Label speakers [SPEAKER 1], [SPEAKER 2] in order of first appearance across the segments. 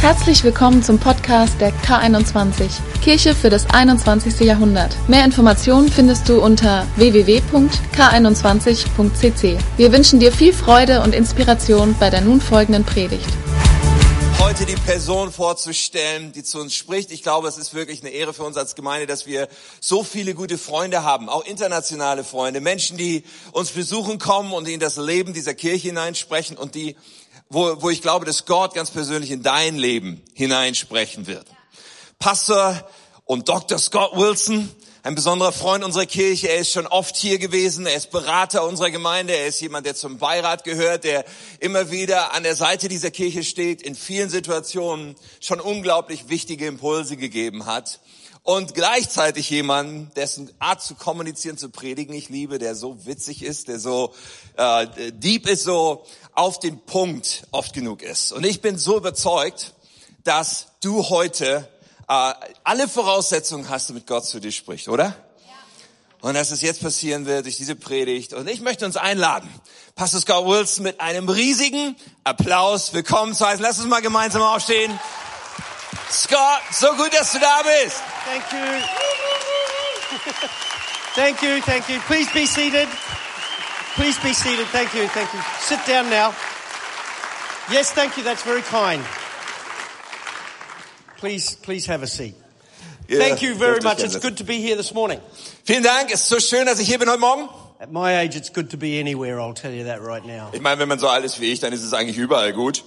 [SPEAKER 1] Herzlich willkommen zum Podcast der K21, Kirche für das 21. Jahrhundert. Mehr Informationen findest du unter www.k21.cc. Wir wünschen dir viel Freude und Inspiration bei der nun folgenden Predigt.
[SPEAKER 2] heute die Person vorzustellen, die zu uns spricht. Ich glaube, es ist wirklich eine Ehre für uns als Gemeinde, dass wir so viele gute Freunde haben, auch internationale Freunde, Menschen, die uns besuchen kommen und in das Leben dieser Kirche hineinsprechen und die, wo, wo ich glaube, dass Gott ganz persönlich in dein Leben hineinsprechen wird. Pastor und Dr. Scott Wilson, ein besonderer Freund unserer Kirche. Er ist schon oft hier gewesen. Er ist Berater unserer Gemeinde. Er ist jemand, der zum Beirat gehört, der immer wieder an der Seite dieser Kirche steht, in vielen Situationen schon unglaublich wichtige Impulse gegeben hat. Und gleichzeitig jemand, dessen Art zu kommunizieren, zu predigen ich liebe, der so witzig ist, der so äh, deep ist, so auf den Punkt oft genug ist. Und ich bin so überzeugt, dass du heute äh, alle Voraussetzungen hast, damit Gott zu dir spricht, oder? Und dass es jetzt passieren wird durch diese Predigt. Und ich möchte uns einladen, Pastor Scott Wilson mit einem riesigen Applaus willkommen zu heißen. Lass uns mal gemeinsam aufstehen. Scott, so gut, dass du da bist.
[SPEAKER 3] Thank you. Thank you, thank you. Please be seated. Please be seated. Thank you, thank you. Sit down now. Yes, thank you. That's very kind. Please, please have a seat. Thank you very much. It's good to be here this morning.
[SPEAKER 2] Vielen Dank. Es ist so schön, dass ich hier bin heute Morgen.
[SPEAKER 3] At my age, it's good to be anywhere. I'll tell you that right now.
[SPEAKER 2] Ich meine, wenn man so alt ist wie ich, dann ist es eigentlich überall gut.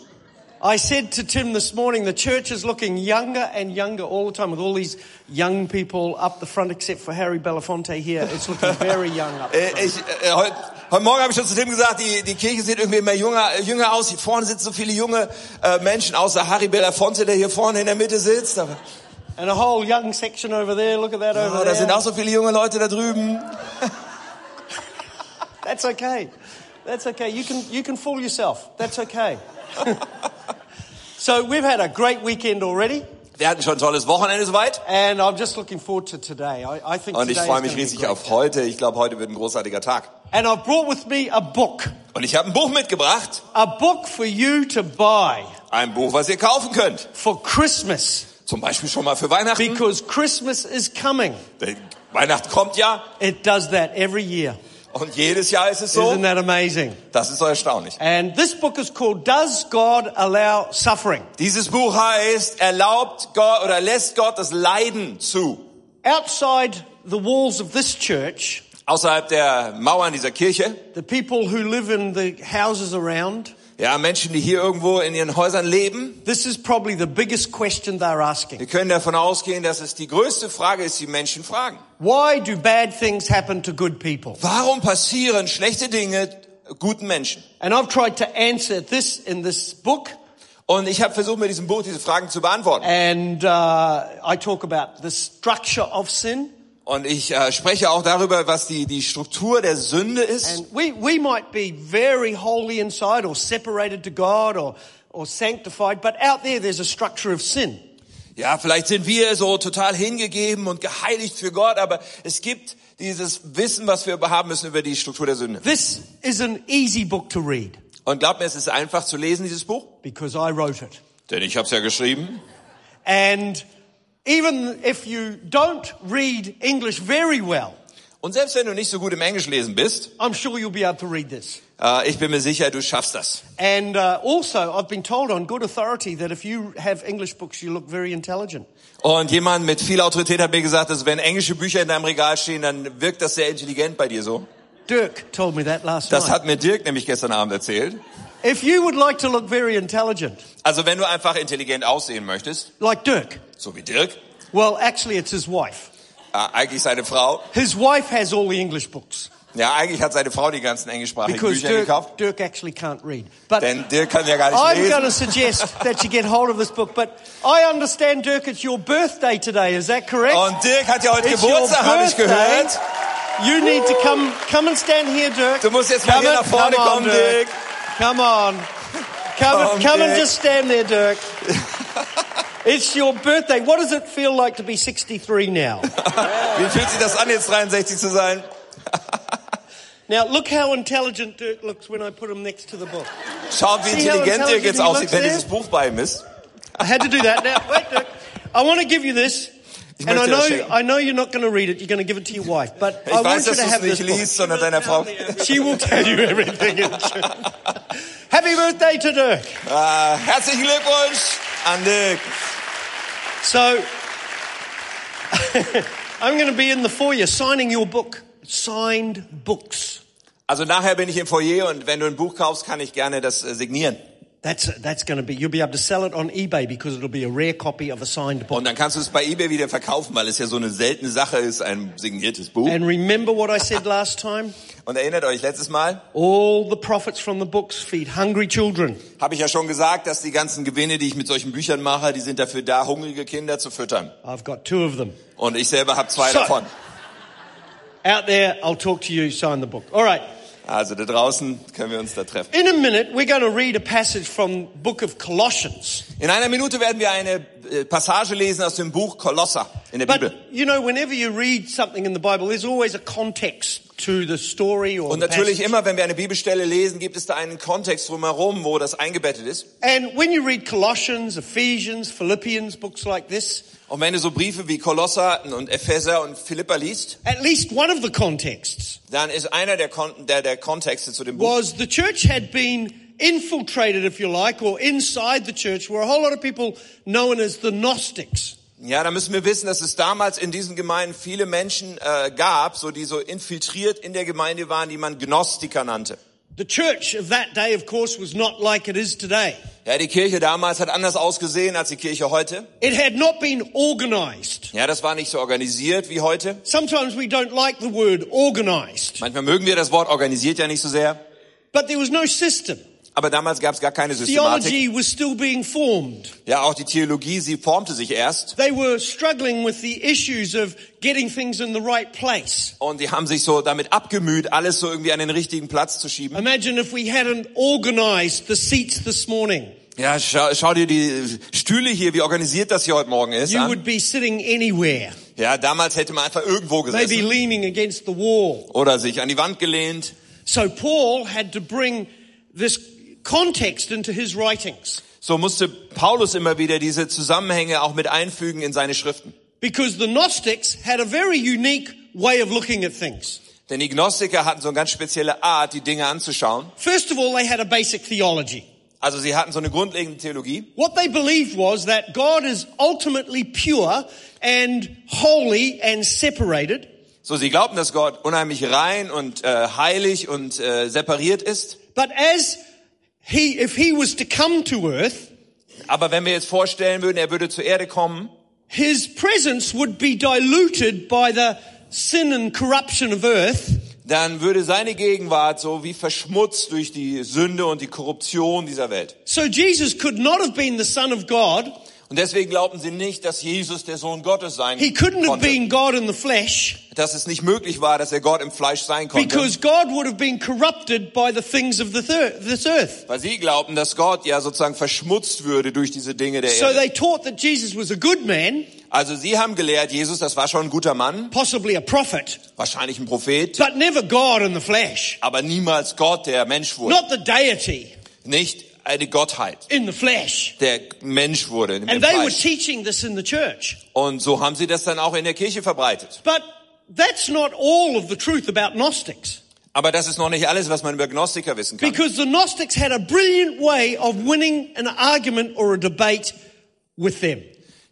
[SPEAKER 3] I said to Tim this morning, the church is looking younger and younger all the time with all these young people up the front, except for Harry Belafonte here. It's looking very young up the front.
[SPEAKER 2] Äh, Ich, äh, heute, heute Morgen habe ich schon zu Tim gesagt, die, die Kirche sieht irgendwie immer jünger, äh, jünger aus. Hier vorne sitzen so viele junge äh, Menschen, außer Harry Belafonte, der hier vorne in der Mitte sitzt. Aber,
[SPEAKER 3] And a whole young section over there. Look at that over
[SPEAKER 2] oh, da
[SPEAKER 3] there.
[SPEAKER 2] sind auch so viele junge Leute da drüben.
[SPEAKER 3] That's okay. That's okay. You can you can fool yourself. That's okay. so we've had a great weekend already,
[SPEAKER 2] Wir hatten schon ein tolles Wochenende soweit.
[SPEAKER 3] and I'm just looking forward to today. I, I think
[SPEAKER 2] Und
[SPEAKER 3] today
[SPEAKER 2] ich
[SPEAKER 3] is
[SPEAKER 2] freue
[SPEAKER 3] gonna
[SPEAKER 2] mich
[SPEAKER 3] be
[SPEAKER 2] riesig
[SPEAKER 3] great.
[SPEAKER 2] auf heute. Ich glaube, heute wird ein großartiger Tag.
[SPEAKER 3] And I've brought with me a book,
[SPEAKER 2] Und ich habe ein Buch mitgebracht.
[SPEAKER 3] a book for you to buy
[SPEAKER 2] Ein Buch, was ihr kaufen könnt.
[SPEAKER 3] for Christmas
[SPEAKER 2] Zum Beispiel schon mal für Weihnachten.
[SPEAKER 3] because Christmas is coming.
[SPEAKER 2] Denn Weihnachten kommt ja.
[SPEAKER 3] It does that every year.
[SPEAKER 2] Und jedes Jahr ist es so.
[SPEAKER 3] Isn't that amazing?
[SPEAKER 2] Das ist so erstaunlich.
[SPEAKER 3] And this book is called "Does God Allow Suffering?"
[SPEAKER 2] Dieses Buch heißt, erlaubt Gott oder lässt Gott das Leiden zu.
[SPEAKER 3] Outside the walls of this church.
[SPEAKER 2] Außerhalb der Mauern dieser Kirche,
[SPEAKER 3] The people who live in the houses around,
[SPEAKER 2] ja, Menschen, die hier irgendwo in ihren Häusern leben,
[SPEAKER 3] this is probably the biggest question they're
[SPEAKER 2] wir
[SPEAKER 3] asking.
[SPEAKER 2] können davon ausgehen, dass es die größte Frage ist, die Menschen fragen.
[SPEAKER 3] Why do bad things happen to good people?
[SPEAKER 2] Warum passieren schlechte Dinge guten Menschen?
[SPEAKER 3] And I've tried to answer this in this book,
[SPEAKER 2] Und ich habe versucht, mit diesem Buch diese Fragen zu beantworten.
[SPEAKER 3] and uh, I talk about the structure of sin.
[SPEAKER 2] Und ich äh, spreche auch darüber, was die, die Struktur der Sünde ist.
[SPEAKER 3] And we, we might be very holy inside or separated to God or, or sanctified, but out there there's a structure of sin.
[SPEAKER 2] Ja, vielleicht sind wir so total hingegeben und geheiligt für Gott, aber es gibt dieses Wissen, was wir haben müssen über die Struktur der Sünde.
[SPEAKER 3] This is an easy book to read
[SPEAKER 2] Und glaubt mir, es ist einfach zu lesen, dieses Buch.
[SPEAKER 3] because I wrote it.
[SPEAKER 2] Denn ich habe es ja geschrieben.
[SPEAKER 3] And even if you don't read English very well,
[SPEAKER 2] Und selbst wenn du nicht so gut im Englisch lesen bist,
[SPEAKER 3] I'm sure you'll be able to read this.
[SPEAKER 2] äh, ich bin mir sicher, du schaffst das.
[SPEAKER 3] And uh, also, I've been told on good authority that if you have English books, you look very intelligent.
[SPEAKER 2] Und jemand mit viel Autorität hat mir gesagt, dass wenn englische Bücher in deinem Regal stehen, dann wirkt das sehr intelligent bei dir so.
[SPEAKER 3] Dirk told me that last
[SPEAKER 2] Das
[SPEAKER 3] night.
[SPEAKER 2] hat mir Dirk nämlich gestern Abend erzählt.
[SPEAKER 3] If you would like to look very intelligent,
[SPEAKER 2] Also wenn du einfach intelligent aussehen möchtest,
[SPEAKER 3] like Dirk,
[SPEAKER 2] so wie Dirk, äh,
[SPEAKER 3] well, actually, it's his wife.
[SPEAKER 2] eigentlich seine Frau,
[SPEAKER 3] His wife has all the English books
[SPEAKER 2] ja eigentlich hat seine Frau die ganzen englischsprachigen
[SPEAKER 3] because
[SPEAKER 2] Bücher gekauft,
[SPEAKER 3] Dirk, Dirk actually can't read. But
[SPEAKER 2] denn Dirk kann ja gar nicht
[SPEAKER 3] I'm going
[SPEAKER 2] lesen.
[SPEAKER 3] to suggest that you get hold of this book. But I understand, Dirk, it's your birthday today. Is that correct?
[SPEAKER 2] Und Dirk hat ja heute
[SPEAKER 3] It's your
[SPEAKER 2] Geburtstag, habe ich
[SPEAKER 3] birthday.
[SPEAKER 2] gehört.
[SPEAKER 3] You need to come, come and stand here, Dirk.
[SPEAKER 2] Du musst jetzt mal
[SPEAKER 3] Come
[SPEAKER 2] hier nach
[SPEAKER 3] and-
[SPEAKER 2] vorne
[SPEAKER 3] come on,
[SPEAKER 2] kommen, Dirk.
[SPEAKER 3] Come on. Come,
[SPEAKER 2] Komm,
[SPEAKER 3] and, come and
[SPEAKER 2] Dirk.
[SPEAKER 3] just stand there, Dirk. It's your birthday. What does it feel like to be 63 now?
[SPEAKER 2] Wie fühlt sich das an, jetzt 63 zu sein?
[SPEAKER 3] now, look how intelligent Dirk looks when I put him next to the book.
[SPEAKER 2] Schaut, wie
[SPEAKER 3] See how
[SPEAKER 2] intelligent Dirk
[SPEAKER 3] intelligent
[SPEAKER 2] jetzt
[SPEAKER 3] he
[SPEAKER 2] aussieht,
[SPEAKER 3] looks
[SPEAKER 2] wenn
[SPEAKER 3] there?
[SPEAKER 2] dieses Buch bei ihm ist.
[SPEAKER 3] I had to do that. Now, wait, look. I want to give you this.
[SPEAKER 2] Ich
[SPEAKER 3] And I
[SPEAKER 2] möchte das
[SPEAKER 3] know,
[SPEAKER 2] schenken.
[SPEAKER 3] I know you're not going to read it. You're going to give it to your wife. But
[SPEAKER 2] Ich
[SPEAKER 3] I want
[SPEAKER 2] weiß, dass
[SPEAKER 3] you to
[SPEAKER 2] du es
[SPEAKER 3] have
[SPEAKER 2] nicht
[SPEAKER 3] this book.
[SPEAKER 2] liest, sondern deiner Frau.
[SPEAKER 3] She will tell you everything. Happy birthday to Dirk.
[SPEAKER 2] Ah, herzlichen Glückwunsch an Dirk.
[SPEAKER 3] So I'm going to be in the foyer signing your book, signed books.
[SPEAKER 2] Also nachher bin ich im Foyer und wenn du ein Buch kaufst, kann ich gerne das äh, signieren.
[SPEAKER 3] That's that's going to be. You'll be able to sell it on eBay because it'll be a rare copy of a signed book.
[SPEAKER 2] Und dann kannst du es bei eBay wieder verkaufen, weil es ja so eine seltene Sache ist, ein signiertes Buch.
[SPEAKER 3] And remember what I said last time?
[SPEAKER 2] Und erinnert euch, letztes Mal
[SPEAKER 3] All the profits from the books feed hungry children.
[SPEAKER 2] habe ich ja schon gesagt, dass die ganzen Gewinne, die ich mit solchen Büchern mache, die sind dafür da, hungrige Kinder zu füttern.
[SPEAKER 3] I've got two of them.
[SPEAKER 2] Und ich selber habe zwei
[SPEAKER 3] So.
[SPEAKER 2] davon.
[SPEAKER 3] Out there, I'll talk to you, sign the book. All right.
[SPEAKER 2] Also da draußen können wir uns da treffen.
[SPEAKER 3] In a minute, we're going to read a passage from book of Colossians.
[SPEAKER 2] In einer Minute werden wir eine äh, Passage lesen aus dem Buch Kolosser in der
[SPEAKER 3] But,
[SPEAKER 2] Bibel.
[SPEAKER 3] you know, whenever you read something in the Bible, there's always a context to the story or
[SPEAKER 2] Und
[SPEAKER 3] the
[SPEAKER 2] natürlich
[SPEAKER 3] passage.
[SPEAKER 2] immer, wenn wir eine Bibelstelle lesen, gibt es da einen Kontext drumherum, wo das eingebettet ist.
[SPEAKER 3] And when you read Colossians, Ephesians, Philippians, books like this,
[SPEAKER 2] Und wenn du so Briefe wie Kolosser und Epheser und Philippa liest,
[SPEAKER 3] at least one of the contexts
[SPEAKER 2] dann ist einer der, Kon der, der Kontexte zu dem Buch.
[SPEAKER 3] was the church had been infiltrated, if you like, or inside the church were a whole lot of people known as the Gnostics.
[SPEAKER 2] Ja, da müssen wir wissen, dass es damals in diesen Gemeinden viele Menschen äh, gab, so die so infiltriert in der Gemeinde waren, die man Gnostiker nannte.
[SPEAKER 3] The church of that day, of course, was not like it is today.
[SPEAKER 2] Ja, die Kirche damals hat anders ausgesehen als die Kirche heute.
[SPEAKER 3] It had not been organized.
[SPEAKER 2] Ja, das war nicht so organisiert wie heute.
[SPEAKER 3] Sometimes we don't like the word organized,
[SPEAKER 2] Manchmal mögen wir das Wort organisiert ja nicht so sehr.
[SPEAKER 3] but there was no system.
[SPEAKER 2] Aber damals gab es gar keine Systematik.
[SPEAKER 3] Theology was still being formed.
[SPEAKER 2] Ja, auch die Theologie, sie formte sich erst.
[SPEAKER 3] They were struggling with the issues of getting things in the right place.
[SPEAKER 2] Und die haben sich so damit abgemüht, alles so irgendwie an den richtigen Platz zu schieben.
[SPEAKER 3] Imagine if we hadn't organized the seats this morning.
[SPEAKER 2] Ja, schau, schau dir die Stühle hier, wie organisiert das hier heute Morgen ist.
[SPEAKER 3] You
[SPEAKER 2] An.
[SPEAKER 3] would be sitting anywhere,
[SPEAKER 2] Ja, damals hätte man einfach irgendwo
[SPEAKER 3] maybe
[SPEAKER 2] gesessen
[SPEAKER 3] leaning against the wall.
[SPEAKER 2] oder sich an die Wand gelehnt.
[SPEAKER 3] So Paul had to bring this context into his writings
[SPEAKER 2] So musste Paulus immer wieder diese Zusammenhänge auch mit einfügen in seine Schriften.
[SPEAKER 3] because the Gnostics had a very unique way of looking at things.
[SPEAKER 2] Denn die Gnostiker hatten so eine ganz spezielle Art, die Dinge anzuschauen.
[SPEAKER 3] First of all, they had a basic theology.
[SPEAKER 2] Also sie hatten so eine grundlegende Theologie.
[SPEAKER 3] What they believed was that God is ultimately pure and holy and separated,
[SPEAKER 2] So sie glaubten, dass Gott unheimlich rein und äh, heilig und äh, separiert ist.
[SPEAKER 3] but as he, if he was to come to earth,
[SPEAKER 2] Aber wenn wir jetzt vorstellen würden, er würde zur Erde kommen,
[SPEAKER 3] his presence would be diluted by the sin and corruption of earth,
[SPEAKER 2] dann würde seine Gegenwart so wie verschmutzt durch die Sünde und die Korruption dieser Welt.
[SPEAKER 3] so Jesus could not have been the Son of God.
[SPEAKER 2] Und deswegen glaubten sie nicht, dass Jesus der Sohn Gottes sein
[SPEAKER 3] He couldn't have
[SPEAKER 2] konnte.
[SPEAKER 3] been God in the flesh
[SPEAKER 2] Dass es nicht möglich war, dass er Gott im Fleisch sein konnte.
[SPEAKER 3] because God would have been corrupted by the things of the thir- this earth.
[SPEAKER 2] Weil sie glaubten, dass Gott ja sozusagen verschmutzt würde durch diese Dinge der
[SPEAKER 3] So
[SPEAKER 2] Erde.
[SPEAKER 3] they taught that Jesus was a good man,
[SPEAKER 2] Also sie haben gelehrt, Jesus, das war schon ein guter Mann,
[SPEAKER 3] possibly a prophet,
[SPEAKER 2] wahrscheinlich ein Prophet,
[SPEAKER 3] but never God in the flesh.
[SPEAKER 2] aber niemals Gott, der Mensch wurde.
[SPEAKER 3] Not the deity
[SPEAKER 2] Nicht eine Gottheit,
[SPEAKER 3] in the flesh.
[SPEAKER 2] der Mensch wurde. im
[SPEAKER 3] And they were
[SPEAKER 2] Fleisch.
[SPEAKER 3] teaching this in the church.
[SPEAKER 2] Und so haben sie das dann auch in der Kirche verbreitet.
[SPEAKER 3] But that's not all of the truth about Gnostics.
[SPEAKER 2] Aber das ist noch nicht alles, was man über Gnostiker wissen kann.
[SPEAKER 3] Because the Gnostics had a brilliant way of winning an argument or a debate with them.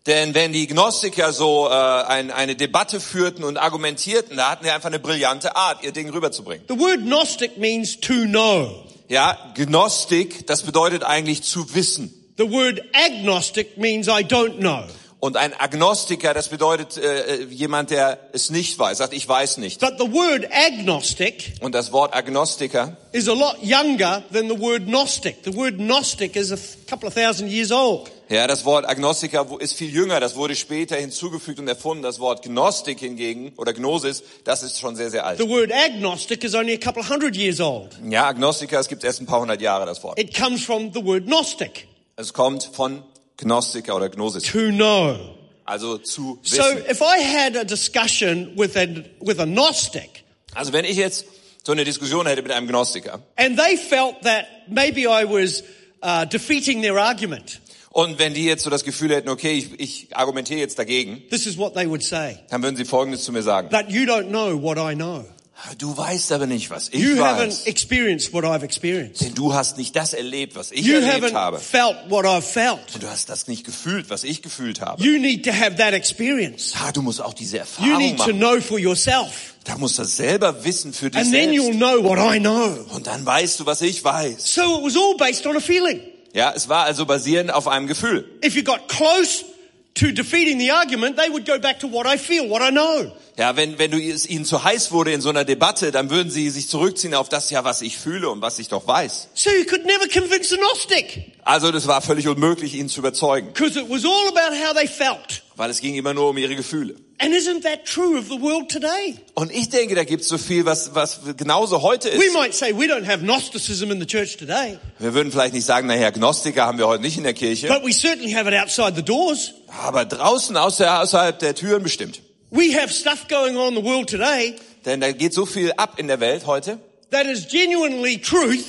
[SPEAKER 2] Denn wenn die Gnostiker so äh, ein, eine Debatte führten und argumentierten, da hatten sie einfach eine brillante Art, ihr Ding rüberzubringen.
[SPEAKER 3] The word Gnostic means to know.
[SPEAKER 2] Ja, Gnostik, das bedeutet eigentlich zu wissen.
[SPEAKER 3] The word agnostic means I don't know.
[SPEAKER 2] Und ein Agnostiker, das bedeutet äh, äh, jemand, der es nicht weiß, sagt, ich weiß nicht.
[SPEAKER 3] But the word agnostic
[SPEAKER 2] Und das Wort Agnostiker
[SPEAKER 3] is a lot younger than the word Gnostic. The word Gnostic is a th- couple of thousand years old.
[SPEAKER 2] Ja, das Wort Agnostiker wo- ist viel jünger, das wurde später hinzugefügt und erfunden. Das Wort Gnostik hingegen oder Gnosis, das ist schon sehr, sehr
[SPEAKER 3] The
[SPEAKER 2] alt.
[SPEAKER 3] word agnostic is only a couple of hundred years old.
[SPEAKER 2] Ja, Agnostiker, es gibt erst ein paar hundert Jahre das Wort.
[SPEAKER 3] It comes from the word Gnostic,
[SPEAKER 2] Es kommt von Gnostiker oder Gnosis,
[SPEAKER 3] to know.
[SPEAKER 2] also zu
[SPEAKER 3] So
[SPEAKER 2] wissen.
[SPEAKER 3] if I had a discussion with a, with a Gnostic
[SPEAKER 2] Also wenn ich jetzt so eine Diskussion hätte mit einem Gnostiker
[SPEAKER 3] and they felt that maybe I was uh, defeating their argument,
[SPEAKER 2] Und wenn die jetzt so das Gefühl hätten, okay, ich, ich argumentiere jetzt dagegen,
[SPEAKER 3] This is what they would say.
[SPEAKER 2] dann würden sie Folgendes zu mir sagen.
[SPEAKER 3] But you don't know what I know.
[SPEAKER 2] Du weißt aber nicht, was ich
[SPEAKER 3] You
[SPEAKER 2] weiß.
[SPEAKER 3] haven't experienced what I've experienced.
[SPEAKER 2] Denn du hast nicht das erlebt, was ich
[SPEAKER 3] You
[SPEAKER 2] erlebt
[SPEAKER 3] haven't
[SPEAKER 2] habe.
[SPEAKER 3] felt what I've felt.
[SPEAKER 2] Und du hast das nicht gefühlt, was ich gefühlt habe.
[SPEAKER 3] You need to have that experience.
[SPEAKER 2] Ja, du musst auch diese
[SPEAKER 3] You
[SPEAKER 2] Erfahrung
[SPEAKER 3] need to
[SPEAKER 2] machen.
[SPEAKER 3] know for yourself.
[SPEAKER 2] Da musst du das selber wissen für dich
[SPEAKER 3] And then you'll
[SPEAKER 2] selbst.
[SPEAKER 3] know what I know.
[SPEAKER 2] Und dann weißt du, was ich weiß.
[SPEAKER 3] So it was all based on a feeling.
[SPEAKER 2] Ja, es war also basierend auf einem Gefühl.
[SPEAKER 3] If you got close to defeating the argument, they would go back to what I feel, what I know.
[SPEAKER 2] Ja, wenn, wenn du es ihnen zu heiß wurde in so einer Debatte, dann würden sie sich zurückziehen auf das ja, was ich fühle und was ich doch weiß.
[SPEAKER 3] So you could never convince a Gnostic
[SPEAKER 2] Also das war völlig unmöglich, ihn zu überzeugen,
[SPEAKER 3] because it was all about how they felt.
[SPEAKER 2] weil es ging immer nur um ihre Gefühle.
[SPEAKER 3] And isn't that true of the world today?
[SPEAKER 2] Und ich denke, da gibt's so viel, was, was genauso heute
[SPEAKER 3] We
[SPEAKER 2] ist.
[SPEAKER 3] might say we don't have Gnosticism in the church today,
[SPEAKER 2] Wir würden vielleicht nicht sagen, naja, Gnostiker haben wir heute nicht in der Kirche,
[SPEAKER 3] but we certainly have it outside the doors.
[SPEAKER 2] aber draußen außer, außerhalb der Türen bestimmt.
[SPEAKER 3] We have stuff going on in the world today
[SPEAKER 2] Denn da geht so viel ab in der Welt heute.
[SPEAKER 3] that is genuinely truth,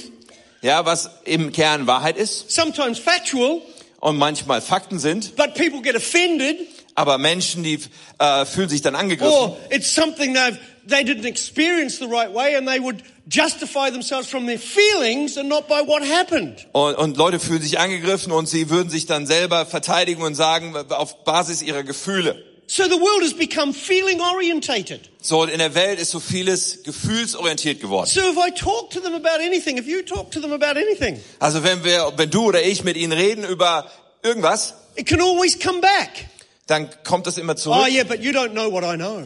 [SPEAKER 2] Ja, was im Kern Wahrheit ist
[SPEAKER 3] sometimes factual,
[SPEAKER 2] und manchmal Fakten sind,
[SPEAKER 3] but people get offended
[SPEAKER 2] aber Menschen, die äh, fühlen sich dann angegriffen.
[SPEAKER 3] or it's something they've, they didn't experience the right way and they would justify themselves from their feelings and not by what happened.
[SPEAKER 2] Und, und Leute fühlen sich angegriffen und sie würden sich dann selber verteidigen und sagen, auf Basis ihrer Gefühle.
[SPEAKER 3] So the world has become feeling orientated.
[SPEAKER 2] So, und in der Welt ist so vieles gefühlsorientiert geworden.
[SPEAKER 3] So if I talk to them about anything, if you talk to them about anything,
[SPEAKER 2] Also wenn wir, wenn du oder ich mit ihnen reden über irgendwas,
[SPEAKER 3] it can always come back.
[SPEAKER 2] dann kommt das immer
[SPEAKER 3] Oh
[SPEAKER 2] zurück,
[SPEAKER 3] yeah, but you don't know what I know.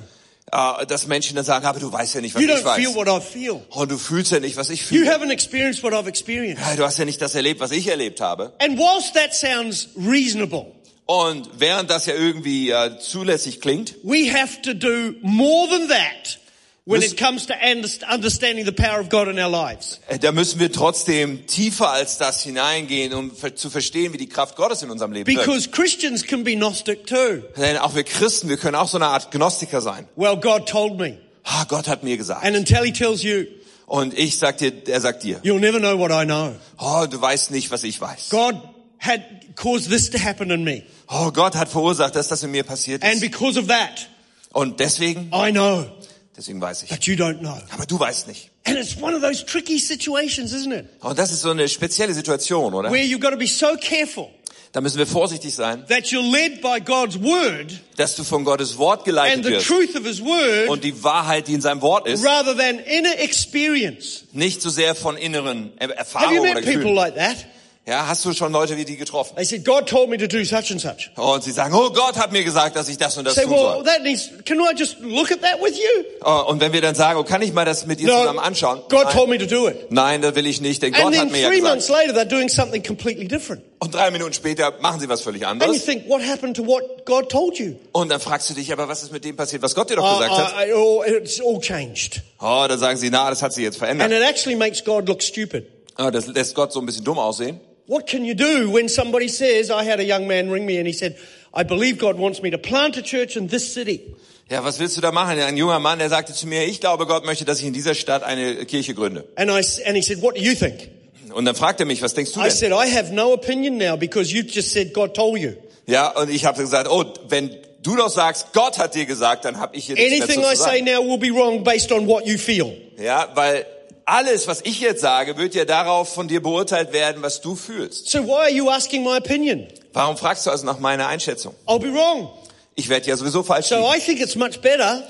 [SPEAKER 2] äh, dass Menschen dann sagen, aber du weißt ja nicht, was
[SPEAKER 3] You
[SPEAKER 2] ich
[SPEAKER 3] don't feel
[SPEAKER 2] weiß.
[SPEAKER 3] what I feel.
[SPEAKER 2] Und du fühlst ja nicht, was ich
[SPEAKER 3] You
[SPEAKER 2] fühle.
[SPEAKER 3] haven't experienced what I've experienced.
[SPEAKER 2] Ja, Du hast ja nicht das erlebt, was ich erlebt habe.
[SPEAKER 3] And whilst that sounds reasonable,
[SPEAKER 2] Und während das ja irgendwie äh, zulässig klingt,
[SPEAKER 3] we have to do more than that when
[SPEAKER 2] This-
[SPEAKER 3] it comes to underst- understanding the power of God in our lives.
[SPEAKER 2] äh, da müssen wir trotzdem tiefer als das hineingehen, um ver- zu verstehen, wie die Kraft Gottes in unserem Leben wirkt.
[SPEAKER 3] Because Christians can be Gnostic too.
[SPEAKER 2] Denn auch wir Christen, wir können auch so eine Art Gnostiker sein.
[SPEAKER 3] Well, God told me.
[SPEAKER 2] Ah, Gott hat mir gesagt.
[SPEAKER 3] And until He tells you,
[SPEAKER 2] Und ich sag dir, er sagt dir,
[SPEAKER 3] you'll never know what I know.
[SPEAKER 2] oh, du weißt nicht, was ich weiß.
[SPEAKER 3] God had caused this to happen in me.
[SPEAKER 2] Oh, Gott hat verursacht, dass das in mir passiert
[SPEAKER 3] And
[SPEAKER 2] ist.
[SPEAKER 3] because of that,
[SPEAKER 2] Und deswegen,
[SPEAKER 3] I know,
[SPEAKER 2] deswegen weiß ich.
[SPEAKER 3] but you don't know.
[SPEAKER 2] Aber du weißt nicht.
[SPEAKER 3] And it's one of those tricky situations, isn't it?
[SPEAKER 2] Und das ist so eine spezielle Situation, oder?
[SPEAKER 3] Where you've got to be so careful
[SPEAKER 2] Da müssen wir vorsichtig sein,
[SPEAKER 3] that you're led by God's word
[SPEAKER 2] dass du von Gottes Wort
[SPEAKER 3] and
[SPEAKER 2] geleitet
[SPEAKER 3] the
[SPEAKER 2] wirst
[SPEAKER 3] truth of His word
[SPEAKER 2] und die Wahrheit, die in seinem Wort ist,
[SPEAKER 3] rather than inner experience.
[SPEAKER 2] nicht so sehr von inneren Er-
[SPEAKER 3] Have you
[SPEAKER 2] Erfahrungen oder
[SPEAKER 3] met people
[SPEAKER 2] Gefühlen.
[SPEAKER 3] like that?
[SPEAKER 2] Ja, hast du schon Leute wie die getroffen?
[SPEAKER 3] They said, God told me to do such and such.
[SPEAKER 2] Und sie sagen, oh Gott hat mir gesagt, dass ich das und das
[SPEAKER 3] Say,
[SPEAKER 2] tun
[SPEAKER 3] well,
[SPEAKER 2] soll.
[SPEAKER 3] that needs, can I just look at that with you?
[SPEAKER 2] Oh, Und wenn wir dann sagen, oh, kann ich mal das mit dir zusammen anschauen?
[SPEAKER 3] God
[SPEAKER 2] Nein.
[SPEAKER 3] told me to do it.
[SPEAKER 2] Nein, das will ich nicht, denn
[SPEAKER 3] And
[SPEAKER 2] Gott
[SPEAKER 3] then
[SPEAKER 2] hat mir ja
[SPEAKER 3] three months
[SPEAKER 2] gesagt.
[SPEAKER 3] later, they're doing something completely different.
[SPEAKER 2] Und drei Minuten später machen sie was völlig
[SPEAKER 3] And you
[SPEAKER 2] anderes.
[SPEAKER 3] think, what happened to what God told you?
[SPEAKER 2] Und dann fragst du dich, aber was ist mit dem passiert, was Gott dir doch
[SPEAKER 3] Uh,
[SPEAKER 2] gesagt hat?
[SPEAKER 3] uh, it all- it's all changed.
[SPEAKER 2] Oh, dann sagen sie, na, das hat sie jetzt
[SPEAKER 3] And
[SPEAKER 2] verändert.
[SPEAKER 3] it actually makes God look stupid.
[SPEAKER 2] Oh, das lässt Gott so ein bisschen dumm aussehen.
[SPEAKER 3] What can you do when somebody says, I had a young man ring me and he said, I believe God wants me to plant a church in this city.
[SPEAKER 2] Ja, was willst du da machen? Ein junger Mann, der sagte zu mir, ich glaube, Gott möchte, dass ich in dieser Stadt eine Kirche gründe.
[SPEAKER 3] And I, s- and he said, what do you think?
[SPEAKER 2] Und dann fragt er mich, was denkst du
[SPEAKER 3] I
[SPEAKER 2] denn?
[SPEAKER 3] said, I have no opinion now because you just said God told you.
[SPEAKER 2] Ja, und ich habe gesagt, oh, wenn du doch sagst, Gott hat dir gesagt, dann habe ich hier nichts
[SPEAKER 3] Anything
[SPEAKER 2] mehr
[SPEAKER 3] I
[SPEAKER 2] zu
[SPEAKER 3] say ne-
[SPEAKER 2] sagen.
[SPEAKER 3] now will be wrong based on what you feel.
[SPEAKER 2] Ja, weil alles, was ich jetzt sage, wird ja darauf von dir beurteilt werden, was du fühlst.
[SPEAKER 3] So why are you asking my opinion?
[SPEAKER 2] Warum fragst du also nach meiner Einschätzung?
[SPEAKER 3] I'll be wrong.
[SPEAKER 2] Ich werde ja sowieso falsch
[SPEAKER 3] So
[SPEAKER 2] liegen.
[SPEAKER 3] I think it's much better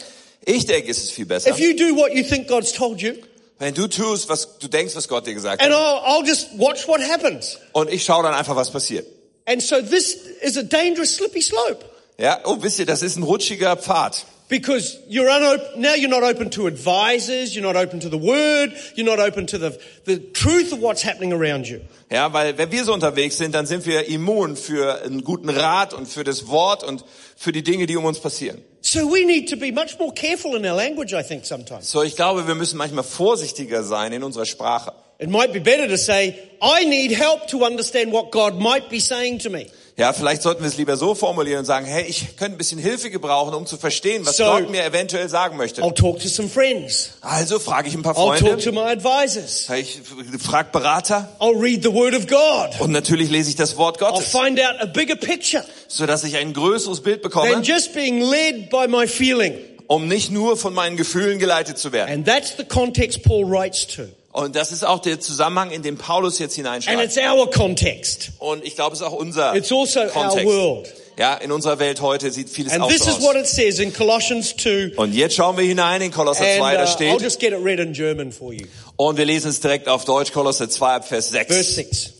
[SPEAKER 2] Ich denke, es ist viel besser,
[SPEAKER 3] if you do what you think God's told you
[SPEAKER 2] wenn du tust, was du denkst, was Gott dir gesagt
[SPEAKER 3] and
[SPEAKER 2] hat.
[SPEAKER 3] I'll, I'll just watch what happens.
[SPEAKER 2] Und ich schaue dann einfach, was passiert.
[SPEAKER 3] And so this is a dangerous slippy slope
[SPEAKER 2] Ja, oh, wisst ihr, das ist ein rutschiger Pfad.
[SPEAKER 3] because you're unop- now you're not open to advisors, you're not open to the word, you're not open to the, the truth of what's happening around you.
[SPEAKER 2] Ja, weil wenn wir so unterwegs sind, dann sind wir immun für einen guten Rat und für das Wort und für die Dinge, die um uns passieren.
[SPEAKER 3] So we need to be much more careful in our language, I think, sometimes.
[SPEAKER 2] So, ich glaube, wir müssen manchmal vorsichtiger sein in unserer Sprache.
[SPEAKER 3] It might be better to say, I need help to understand what God might be saying to me.
[SPEAKER 2] Ja, vielleicht sollten wir es lieber so formulieren und sagen, hey, ich könnte ein bisschen Hilfe gebrauchen, um zu verstehen, was
[SPEAKER 3] So-
[SPEAKER 2] Gott mir eventuell sagen möchte.
[SPEAKER 3] I'll talk to some friends.
[SPEAKER 2] Also frage ich ein paar
[SPEAKER 3] I'll talk
[SPEAKER 2] Freunde,
[SPEAKER 3] to my advisors.
[SPEAKER 2] ich frage Berater
[SPEAKER 3] I'll read the Word of God.
[SPEAKER 2] und natürlich lese ich das Wort
[SPEAKER 3] I'll
[SPEAKER 2] Gottes,
[SPEAKER 3] find out a bigger picture
[SPEAKER 2] sodass ich ein größeres Bild bekomme,
[SPEAKER 3] than just being led by my feeling.
[SPEAKER 2] um nicht nur von meinen Gefühlen geleitet zu werden.
[SPEAKER 3] And that's the context Paul writes to.
[SPEAKER 2] Und das ist auch der Zusammenhang, in den Paulus jetzt
[SPEAKER 3] And
[SPEAKER 2] hineinschreibt.
[SPEAKER 3] it's our context.
[SPEAKER 2] Und ich glaube, es ist auch unser
[SPEAKER 3] It's also our
[SPEAKER 2] Kontext.
[SPEAKER 3] world.
[SPEAKER 2] Ja, in unserer Welt heute sieht vieles
[SPEAKER 3] And
[SPEAKER 2] auch
[SPEAKER 3] this
[SPEAKER 2] so
[SPEAKER 3] is what
[SPEAKER 2] aus.
[SPEAKER 3] it says in Colossians 2.
[SPEAKER 2] Und jetzt schauen wir hinein in Kolosser 2,
[SPEAKER 3] And
[SPEAKER 2] da
[SPEAKER 3] uh, I'll
[SPEAKER 2] steht,
[SPEAKER 3] just get it read in German for you.
[SPEAKER 2] und wir lesen es direkt auf Deutsch, Kolosser 2, ab Vers 6.
[SPEAKER 3] Verse 6.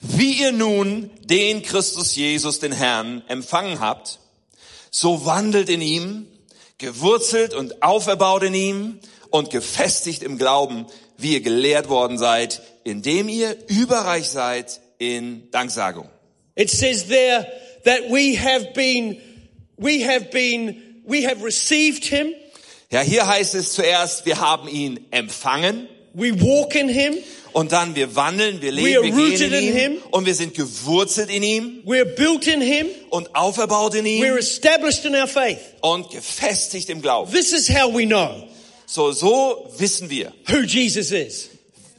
[SPEAKER 2] Wie ihr nun den Christus Jesus, den Herrn, empfangen habt, so wandelt in ihm, gewurzelt und auferbaut in ihm und gefestigt im Glauben, wie ihr gelehrt worden seid, indem ihr überreich seid in Danksagung.
[SPEAKER 3] It says there that we have been, we have been, we have received him.
[SPEAKER 2] Ja, hier heißt es zuerst, wir haben ihn empfangen
[SPEAKER 3] We walk in him.
[SPEAKER 2] und dann wir wandeln, wir
[SPEAKER 3] We
[SPEAKER 2] leben,
[SPEAKER 3] are
[SPEAKER 2] wir gehen
[SPEAKER 3] rooted
[SPEAKER 2] in
[SPEAKER 3] in
[SPEAKER 2] ihm
[SPEAKER 3] him.
[SPEAKER 2] und wir sind gewurzelt in ihm
[SPEAKER 3] We're built in him.
[SPEAKER 2] und auferbaut in
[SPEAKER 3] We're
[SPEAKER 2] ihm
[SPEAKER 3] established in our faith.
[SPEAKER 2] und gefestigt im Glauben.
[SPEAKER 3] This is how we know
[SPEAKER 2] So, so wissen wir.
[SPEAKER 3] who Jesus is.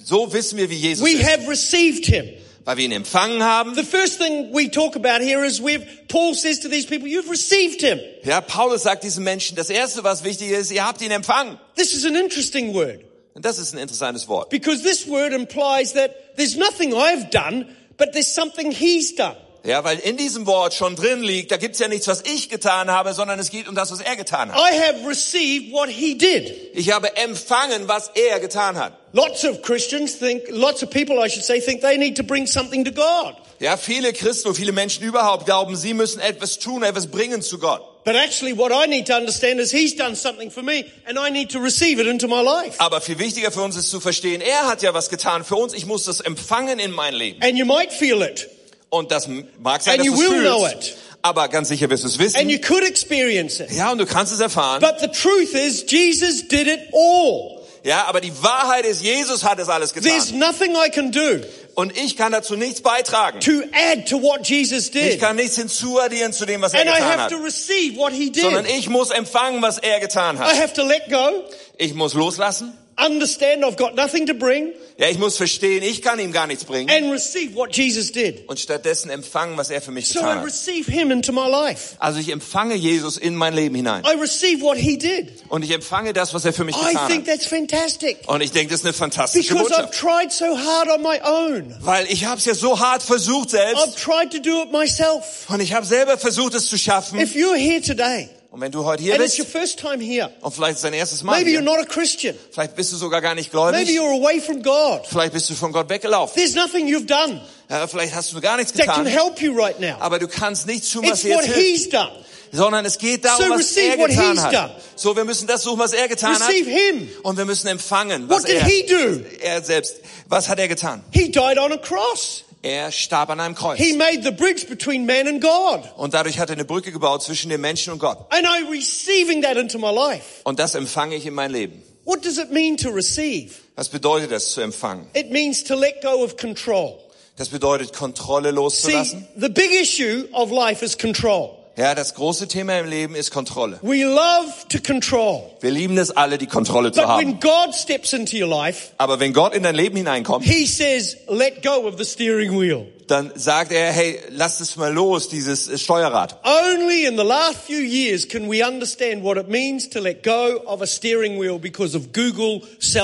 [SPEAKER 2] So wissen wir, wie Jesus
[SPEAKER 3] We
[SPEAKER 2] ist,
[SPEAKER 3] have received him.
[SPEAKER 2] weil wir ihn empfangen haben.
[SPEAKER 3] The first thing we talk about here is we've, Paul says to these people, you've received him.
[SPEAKER 2] Ja, Paulus sagt diesen Menschen, das erste, was wichtig ist, ihr habt ihn empfangen.
[SPEAKER 3] This is an interesting word
[SPEAKER 2] Und das ist ein interessantes Wort.
[SPEAKER 3] because this word implies that there's nothing I've done, but there's something he's done.
[SPEAKER 2] Ja, weil in diesem Wort schon drin liegt, da gibt's ja nichts, was ich getan habe, sondern es geht um das, was er getan hat.
[SPEAKER 3] I have received what he did.
[SPEAKER 2] Ich habe empfangen, was er getan hat.
[SPEAKER 3] Lots of Christians think, lots of people, I should say, think they need to bring something to God.
[SPEAKER 2] Ja, viele Christen und viele Menschen überhaupt glauben, sie müssen etwas tun, etwas bringen zu Gott.
[SPEAKER 3] But actually what I need to understand is he's done something for me and I need to receive it into my life.
[SPEAKER 2] Aber viel wichtiger für uns ist zu verstehen, er hat ja was getan für uns, ich muss das empfangen in mein Leben.
[SPEAKER 3] And you might feel it
[SPEAKER 2] Und das mag sein,
[SPEAKER 3] And
[SPEAKER 2] dass
[SPEAKER 3] you
[SPEAKER 2] du es
[SPEAKER 3] will know
[SPEAKER 2] fühlst,
[SPEAKER 3] it.
[SPEAKER 2] aber ganz sicher wirst du es
[SPEAKER 3] and
[SPEAKER 2] wissen.
[SPEAKER 3] you could experience it.
[SPEAKER 2] Ja, und du kannst es erfahren.
[SPEAKER 3] But the truth is Jesus did it all.
[SPEAKER 2] Ja, aber die Wahrheit ist, Jesus hat es alles
[SPEAKER 3] There's
[SPEAKER 2] getan.
[SPEAKER 3] nothing I can do
[SPEAKER 2] Und ich kann dazu nichts beitragen.
[SPEAKER 3] to add to what Jesus
[SPEAKER 2] Ich
[SPEAKER 3] did.
[SPEAKER 2] kann nichts hinzuaddieren zu dem, was er
[SPEAKER 3] And I
[SPEAKER 2] getan
[SPEAKER 3] have
[SPEAKER 2] hat.
[SPEAKER 3] to receive what he
[SPEAKER 2] Sondern
[SPEAKER 3] did.
[SPEAKER 2] ich muss empfangen, was er getan
[SPEAKER 3] I
[SPEAKER 2] hat.
[SPEAKER 3] have to let go,
[SPEAKER 2] Ich muss loslassen.
[SPEAKER 3] understand I've got nothing to bring,
[SPEAKER 2] Ja, ich muss verstehen, ich kann ihm gar nichts bringen.
[SPEAKER 3] and receive what Jesus did.
[SPEAKER 2] Und stattdessen empfangen, was er für mich
[SPEAKER 3] So I
[SPEAKER 2] getan hat.
[SPEAKER 3] receive him into my life.
[SPEAKER 2] Also ich empfange Jesus in mein Leben hinein.
[SPEAKER 3] I receive what he did.
[SPEAKER 2] Und ich empfange das, was er für mich
[SPEAKER 3] I
[SPEAKER 2] getan
[SPEAKER 3] think
[SPEAKER 2] hat.
[SPEAKER 3] that's fantastic.
[SPEAKER 2] Und ich denke, das ist eine fantastische
[SPEAKER 3] Because I've
[SPEAKER 2] Botschaft.
[SPEAKER 3] tried so hard on my own.
[SPEAKER 2] Weil ich habe es ja so hart versucht
[SPEAKER 3] I've
[SPEAKER 2] selbst.
[SPEAKER 3] tried to do it myself.
[SPEAKER 2] Und ich habe selber versucht, es zu schaffen.
[SPEAKER 3] If you're here today
[SPEAKER 2] Und wenn du heute hier
[SPEAKER 3] and it's your
[SPEAKER 2] bist,
[SPEAKER 3] first time here,
[SPEAKER 2] und vielleicht ist dein erstes Mal
[SPEAKER 3] maybe
[SPEAKER 2] hier,
[SPEAKER 3] you're not a Christian,
[SPEAKER 2] Vielleicht bist du sogar gar nicht
[SPEAKER 3] maybe
[SPEAKER 2] gläubig.
[SPEAKER 3] you're away from God.
[SPEAKER 2] Vielleicht bist du von Gott weggelaufen.
[SPEAKER 3] There's nothing you've done
[SPEAKER 2] Ja, vielleicht hast du gar nichts
[SPEAKER 3] that can
[SPEAKER 2] getan.
[SPEAKER 3] help you right now.
[SPEAKER 2] Aber du kannst nichts tun, was
[SPEAKER 3] It's
[SPEAKER 2] dir
[SPEAKER 3] what
[SPEAKER 2] jetzt hilft.
[SPEAKER 3] he's done.
[SPEAKER 2] Sondern es geht darum,
[SPEAKER 3] So
[SPEAKER 2] was
[SPEAKER 3] receive
[SPEAKER 2] er
[SPEAKER 3] what
[SPEAKER 2] getan
[SPEAKER 3] he's
[SPEAKER 2] hat.
[SPEAKER 3] done.
[SPEAKER 2] So, wir müssen das suchen, was er getan hat.
[SPEAKER 3] Receive him.
[SPEAKER 2] Und wir müssen empfangen, was
[SPEAKER 3] What did
[SPEAKER 2] er,
[SPEAKER 3] he do?
[SPEAKER 2] er selbst. Was hat er getan?
[SPEAKER 3] He died on a cross.
[SPEAKER 2] Er starb an einem Kreuz.
[SPEAKER 3] He made the bridge between man and God.
[SPEAKER 2] Und dadurch hat er eine Brücke gebaut zwischen dem Menschen und Gott.
[SPEAKER 3] And I'm receiving that into my life.
[SPEAKER 2] Und das empfange ich in mein Leben.
[SPEAKER 3] What does it mean to receive?
[SPEAKER 2] Was bedeutet das zu empfangen?
[SPEAKER 3] It means to let go of control.
[SPEAKER 2] Das bedeutet, Kontrolle
[SPEAKER 3] See,
[SPEAKER 2] loszulassen.
[SPEAKER 3] the big issue of life is control.
[SPEAKER 2] Ja, das große Thema im Leben ist Kontrolle.
[SPEAKER 3] We love to control.
[SPEAKER 2] Wir lieben es alle, die Kontrolle zu
[SPEAKER 3] But when
[SPEAKER 2] haben.
[SPEAKER 3] God steps into your life,
[SPEAKER 2] Aber wenn Gott in dein Leben hineinkommt,
[SPEAKER 3] He says, let go of the steering wheel.
[SPEAKER 2] dann sagt er, hey, lasst es mal los, dieses äh, Steuerrad.
[SPEAKER 3] Only in the last few years can we understand what it means to let go of a steering wheel because of Google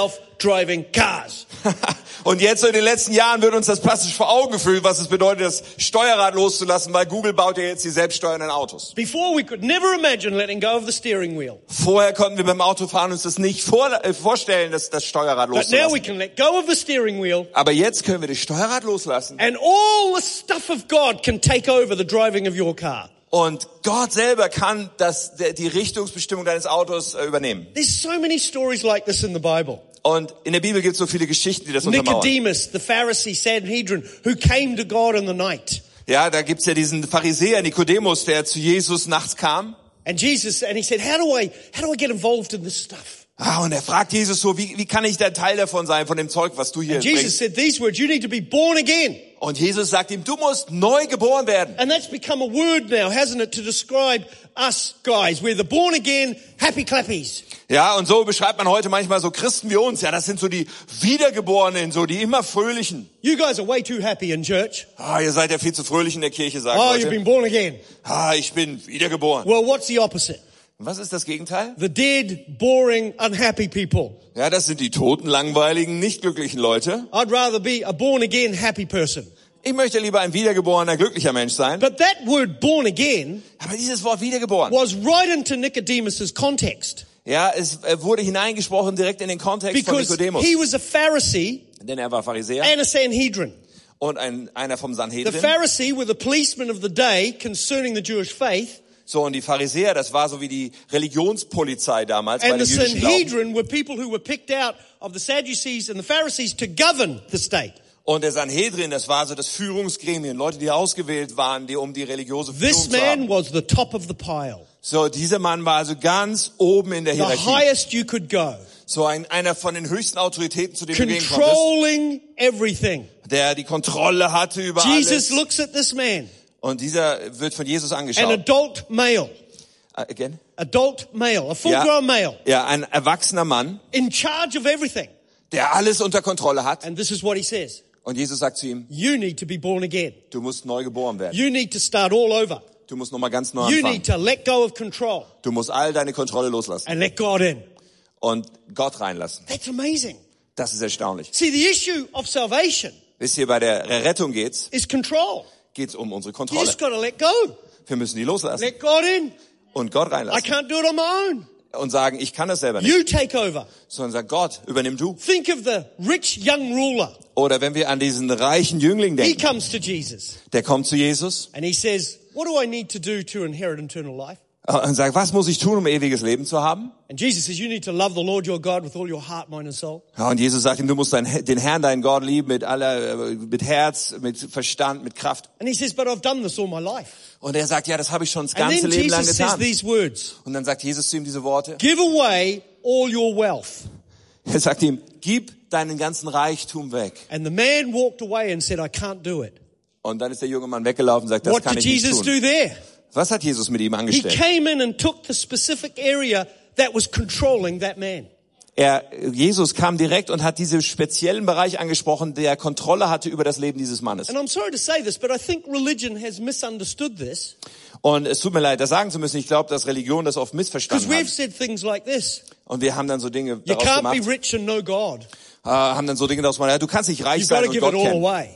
[SPEAKER 3] self-driving cars.
[SPEAKER 2] Und jetzt so in den letzten Jahren wird uns das plastisch vor Augen gefühlt, was es bedeutet, das Steuerrad loszulassen, weil Google baut ja jetzt die selbststeuernden Autos.
[SPEAKER 3] Before we could never imagine letting go of the steering wheel.
[SPEAKER 2] Vorher konnten wir beim Autofahren uns das nicht vor, äh, vorstellen, dass das Steuerrad
[SPEAKER 3] But now we
[SPEAKER 2] loszulassen.
[SPEAKER 3] can let go of the steering wheel
[SPEAKER 2] Aber jetzt können wir das Steuerrad loslassen
[SPEAKER 3] and all the stuff of God can take over the driving of your car.
[SPEAKER 2] und Gott selber kann das, der- die Richtungsbestimmung deines Autos äh, übernehmen.
[SPEAKER 3] There's so many stories like this in the Bible.
[SPEAKER 2] Und in der Bibel gibt es so viele Geschichten, die das untermauern.
[SPEAKER 3] Nicodemus, the Pharisee Sanhedrin, who came to God in the night.
[SPEAKER 2] Ja, da gibt's ja diesen Pharisäer Nikodemus, der zu Jesus nachts kam
[SPEAKER 3] And Jesus, and he said, how do I, how do I get involved in this stuff?
[SPEAKER 2] Ah, und er fragt Jesus so, wie, wie kann ich da Teil davon sein, von dem Zeug, was du hier
[SPEAKER 3] Jesus
[SPEAKER 2] bringst?
[SPEAKER 3] said these words, you need to be born again.
[SPEAKER 2] Und Jesus sagt ihm, du musst neu geboren werden.
[SPEAKER 3] And that's become a word now, hasn't it, to describe us guys. We're the born again happy clappies.
[SPEAKER 2] Ja, und so beschreibt man heute manchmal so Christen wie uns. Ja, das sind so die Wiedergeborenen, so die immer Fröhlichen.
[SPEAKER 3] You guys are way too happy in church.
[SPEAKER 2] Ah, ihr seid ja viel zu fröhlich in der Kirche, sagen
[SPEAKER 3] Oh, you've
[SPEAKER 2] Leute.
[SPEAKER 3] been born again.
[SPEAKER 2] Ah, ich bin wiedergeboren.
[SPEAKER 3] Well, what's the opposite?
[SPEAKER 2] Was ist das Gegenteil?
[SPEAKER 3] The dead, boring, unhappy people.
[SPEAKER 2] Ja, das sind die toten, langweiligen, nicht glücklichen Leute.
[SPEAKER 3] I'd rather be a born again happy person.
[SPEAKER 2] Ich möchte lieber ein wiedergeborener, glücklicher Mensch sein.
[SPEAKER 3] But that word born again
[SPEAKER 2] Aber dieses Wort wiedergeboren,
[SPEAKER 3] was right into Nicodemus's context
[SPEAKER 2] ja, es äh, wurde hineingesprochen direkt in den Kontext von
[SPEAKER 3] because
[SPEAKER 2] Nikodemus.
[SPEAKER 3] he was a Pharisee
[SPEAKER 2] Denn er war Pharisäer
[SPEAKER 3] and a Sanhedrin.
[SPEAKER 2] und ein, einer vom
[SPEAKER 3] The
[SPEAKER 2] Sanhedrin.
[SPEAKER 3] Pharisee were the policemen of the day concerning the Jewish faith,
[SPEAKER 2] So, und die Pharisäer, das war so wie die Religionspolizei damals bei
[SPEAKER 3] and the
[SPEAKER 2] den jüdischen Glauben.
[SPEAKER 3] Sanhedrin were people who were picked out of the Sadducees and the Pharisees to govern the state.
[SPEAKER 2] Und der Sanhedrin, das war so das Führungsgremium, Leute, die ausgewählt waren, die um die religiöse
[SPEAKER 3] This
[SPEAKER 2] Führung zu
[SPEAKER 3] man
[SPEAKER 2] haben.
[SPEAKER 3] was the top of the pile,
[SPEAKER 2] So, dieser Mann war also ganz oben in der
[SPEAKER 3] the
[SPEAKER 2] Hierarchie.
[SPEAKER 3] highest you could go,
[SPEAKER 2] So ein, einer von den höchsten Autoritäten, zu dem du gehen konntest,
[SPEAKER 3] controlling everything.
[SPEAKER 2] der die Kontrolle hatte über
[SPEAKER 3] Jesus
[SPEAKER 2] alles.
[SPEAKER 3] looks at this man,
[SPEAKER 2] Und dieser wird von Jesus
[SPEAKER 3] an
[SPEAKER 2] angeschaut. Ah,
[SPEAKER 3] adult male,
[SPEAKER 2] Again?
[SPEAKER 3] adult male, a
[SPEAKER 2] Ja,
[SPEAKER 3] full-grown male,
[SPEAKER 2] ja, ein erwachsener Mann,
[SPEAKER 3] in charge of everything.
[SPEAKER 2] der alles unter Kontrolle hat.
[SPEAKER 3] And this is what he says.
[SPEAKER 2] Und Jesus sagt zu ihm,
[SPEAKER 3] You need to be born again.
[SPEAKER 2] du musst neu geboren werden.
[SPEAKER 3] You need to start all over.
[SPEAKER 2] Du musst nochmal ganz neu
[SPEAKER 3] You
[SPEAKER 2] anfangen.
[SPEAKER 3] need to let go of control
[SPEAKER 2] Du musst all deine Kontrolle loslassen
[SPEAKER 3] and let God in.
[SPEAKER 2] und Gott reinlassen.
[SPEAKER 3] That's amazing.
[SPEAKER 2] Das ist erstaunlich.
[SPEAKER 3] See, the issue of salvation
[SPEAKER 2] Wisst ihr, bei der Rettung geht's,
[SPEAKER 3] is control.
[SPEAKER 2] geht's um unsere
[SPEAKER 3] You
[SPEAKER 2] Kontrolle.
[SPEAKER 3] just got to let go.
[SPEAKER 2] Wir müssen die loslassen
[SPEAKER 3] Let God in.
[SPEAKER 2] und Gott
[SPEAKER 3] I
[SPEAKER 2] reinlassen
[SPEAKER 3] can't do it on my own.
[SPEAKER 2] und sagen, ich kann das selber nicht,
[SPEAKER 3] You take over.
[SPEAKER 2] sondern sagen, Gott, übernimm du.
[SPEAKER 3] Think of the rich young ruler.
[SPEAKER 2] Oder wenn wir an diesen reichen Jüngling
[SPEAKER 3] He
[SPEAKER 2] denken,
[SPEAKER 3] comes to Jesus
[SPEAKER 2] der kommt zu Jesus
[SPEAKER 3] and he says, What do I need to do to inherit eternal life?
[SPEAKER 2] äh, und sagt, was muss ich tun, um ewiges Leben zu haben?
[SPEAKER 3] And Jesus says, You need to love the Lord your God with all your heart, mind, and soul.
[SPEAKER 2] Ja, und Jesus sagt ihm, du musst dein, den Herrn, deinen Gott lieben mit aller, äh, mit Herz, mit Verstand, mit Kraft.
[SPEAKER 3] And he says, But I've done this all my life.
[SPEAKER 2] Und er sagt, ja, das habe ich schon das
[SPEAKER 3] And
[SPEAKER 2] ganze
[SPEAKER 3] then
[SPEAKER 2] Leben lang
[SPEAKER 3] Jesus says
[SPEAKER 2] getan.
[SPEAKER 3] these words.
[SPEAKER 2] Und dann sagt Jesus zu ihm diese Worte.
[SPEAKER 3] Give away all your wealth.
[SPEAKER 2] Er sagt ihm, gib deinen ganzen Reichtum weg.
[SPEAKER 3] And the man walked away and said, I can't do it.
[SPEAKER 2] Und dann ist der junge Mann weggelaufen und sagt, das
[SPEAKER 3] what
[SPEAKER 2] kann
[SPEAKER 3] did
[SPEAKER 2] ich nicht
[SPEAKER 3] Jesus
[SPEAKER 2] tun.
[SPEAKER 3] do there?
[SPEAKER 2] Was hat Jesus mit ihm
[SPEAKER 3] He
[SPEAKER 2] angestellt?
[SPEAKER 3] came in and took the specific area that was controlling that man.
[SPEAKER 2] Er, Jesus kam direkt und hat diesen speziellen Bereich angesprochen, der Kontrolle hatte über das Leben dieses Mannes.
[SPEAKER 3] And I'm sorry to say this, but I think religion has misunderstood this
[SPEAKER 2] Und es tut mir leid, das sagen zu müssen. Ich glaube, dass Religion das oft
[SPEAKER 3] because
[SPEAKER 2] missverstanden
[SPEAKER 3] we've
[SPEAKER 2] hat.
[SPEAKER 3] said things like this.
[SPEAKER 2] Und wir haben dann so Dinge
[SPEAKER 3] You
[SPEAKER 2] daraus
[SPEAKER 3] can't be
[SPEAKER 2] gemacht.
[SPEAKER 3] rich and know God.
[SPEAKER 2] Äh, haben dann so Dinge daraus gemacht. Ja, du kannst nicht reich
[SPEAKER 3] You've got
[SPEAKER 2] sein
[SPEAKER 3] to
[SPEAKER 2] und
[SPEAKER 3] give it
[SPEAKER 2] Gott
[SPEAKER 3] all
[SPEAKER 2] kennen.
[SPEAKER 3] away.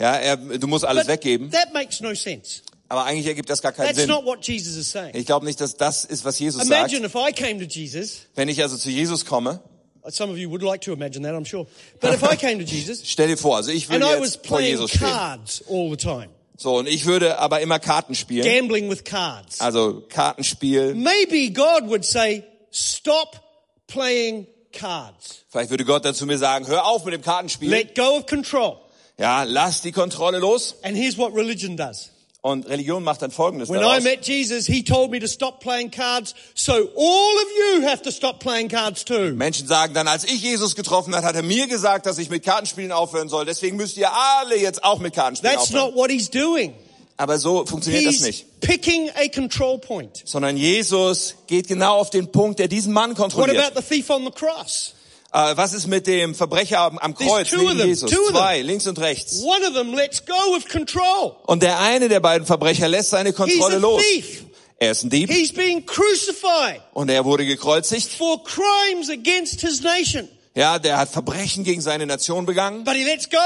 [SPEAKER 2] Ja, er, du musst alles
[SPEAKER 3] But
[SPEAKER 2] weggeben.
[SPEAKER 3] that makes no sense.
[SPEAKER 2] Aber eigentlich ergibt das gar keinen
[SPEAKER 3] That's
[SPEAKER 2] Sinn.
[SPEAKER 3] not what Jesus is saying.
[SPEAKER 2] Ich glaube nicht, dass das ist, was Jesus sagt.
[SPEAKER 3] Imagine if I came to Jesus.
[SPEAKER 2] Wenn ich also zu Jesus komme,
[SPEAKER 3] Some of you would like to imagine that, I'm sure. But if I came to Jesus
[SPEAKER 2] stell dir vor, also ich
[SPEAKER 3] and
[SPEAKER 2] würde
[SPEAKER 3] I was
[SPEAKER 2] jetzt vor
[SPEAKER 3] playing
[SPEAKER 2] Jesus stehen.
[SPEAKER 3] cards all the time.
[SPEAKER 2] So, und ich würde aber immer Karten spielen.
[SPEAKER 3] gambling with cards.
[SPEAKER 2] Also Kartenspiel.
[SPEAKER 3] Maybe God would say, stop playing cards.
[SPEAKER 2] Vielleicht würde Gott dann zu mir sagen, hör auf mit dem Kartenspiel.
[SPEAKER 3] Let go of control.
[SPEAKER 2] Ja, lass die Kontrolle los.
[SPEAKER 3] And here's what religion does.
[SPEAKER 2] Und Religion macht dann Folgendes
[SPEAKER 3] When I
[SPEAKER 2] daraus.
[SPEAKER 3] met Jesus, he told me to stop playing cards, so all of you have to stop playing cards too.
[SPEAKER 2] Menschen sagen dann, als ich Jesus getroffen hat, hat er mir gesagt, dass ich mit Kartenspielen aufhören soll. Deswegen müsst ihr alle jetzt auch mit Kartenspielen
[SPEAKER 3] That's
[SPEAKER 2] aufhören.
[SPEAKER 3] not what he's doing.
[SPEAKER 2] Aber so funktioniert das
[SPEAKER 3] He's
[SPEAKER 2] nicht.
[SPEAKER 3] picking a control point.
[SPEAKER 2] Sondern Jesus geht genau auf den Punkt, der diesen Mann
[SPEAKER 3] What
[SPEAKER 2] kontrolliert.
[SPEAKER 3] about the thief on the cross?
[SPEAKER 2] Äh, was ist mit dem Verbrecher am, am
[SPEAKER 3] There's
[SPEAKER 2] Kreuz
[SPEAKER 3] two of
[SPEAKER 2] neben
[SPEAKER 3] them,
[SPEAKER 2] Jesus?
[SPEAKER 3] two of them.
[SPEAKER 2] Zwei, links und rechts.
[SPEAKER 3] One of them lets go of control.
[SPEAKER 2] Und der eine der beiden Verbrecher lässt seine
[SPEAKER 3] He's
[SPEAKER 2] Kontrolle
[SPEAKER 3] a
[SPEAKER 2] los.
[SPEAKER 3] thief.
[SPEAKER 2] Er ist ein Dieb
[SPEAKER 3] He's being crucified
[SPEAKER 2] und er wurde gekreuzigt.
[SPEAKER 3] for crimes against his nation.
[SPEAKER 2] Ja, der hat Verbrechen gegen seine Nation begangen,
[SPEAKER 3] But he lets go.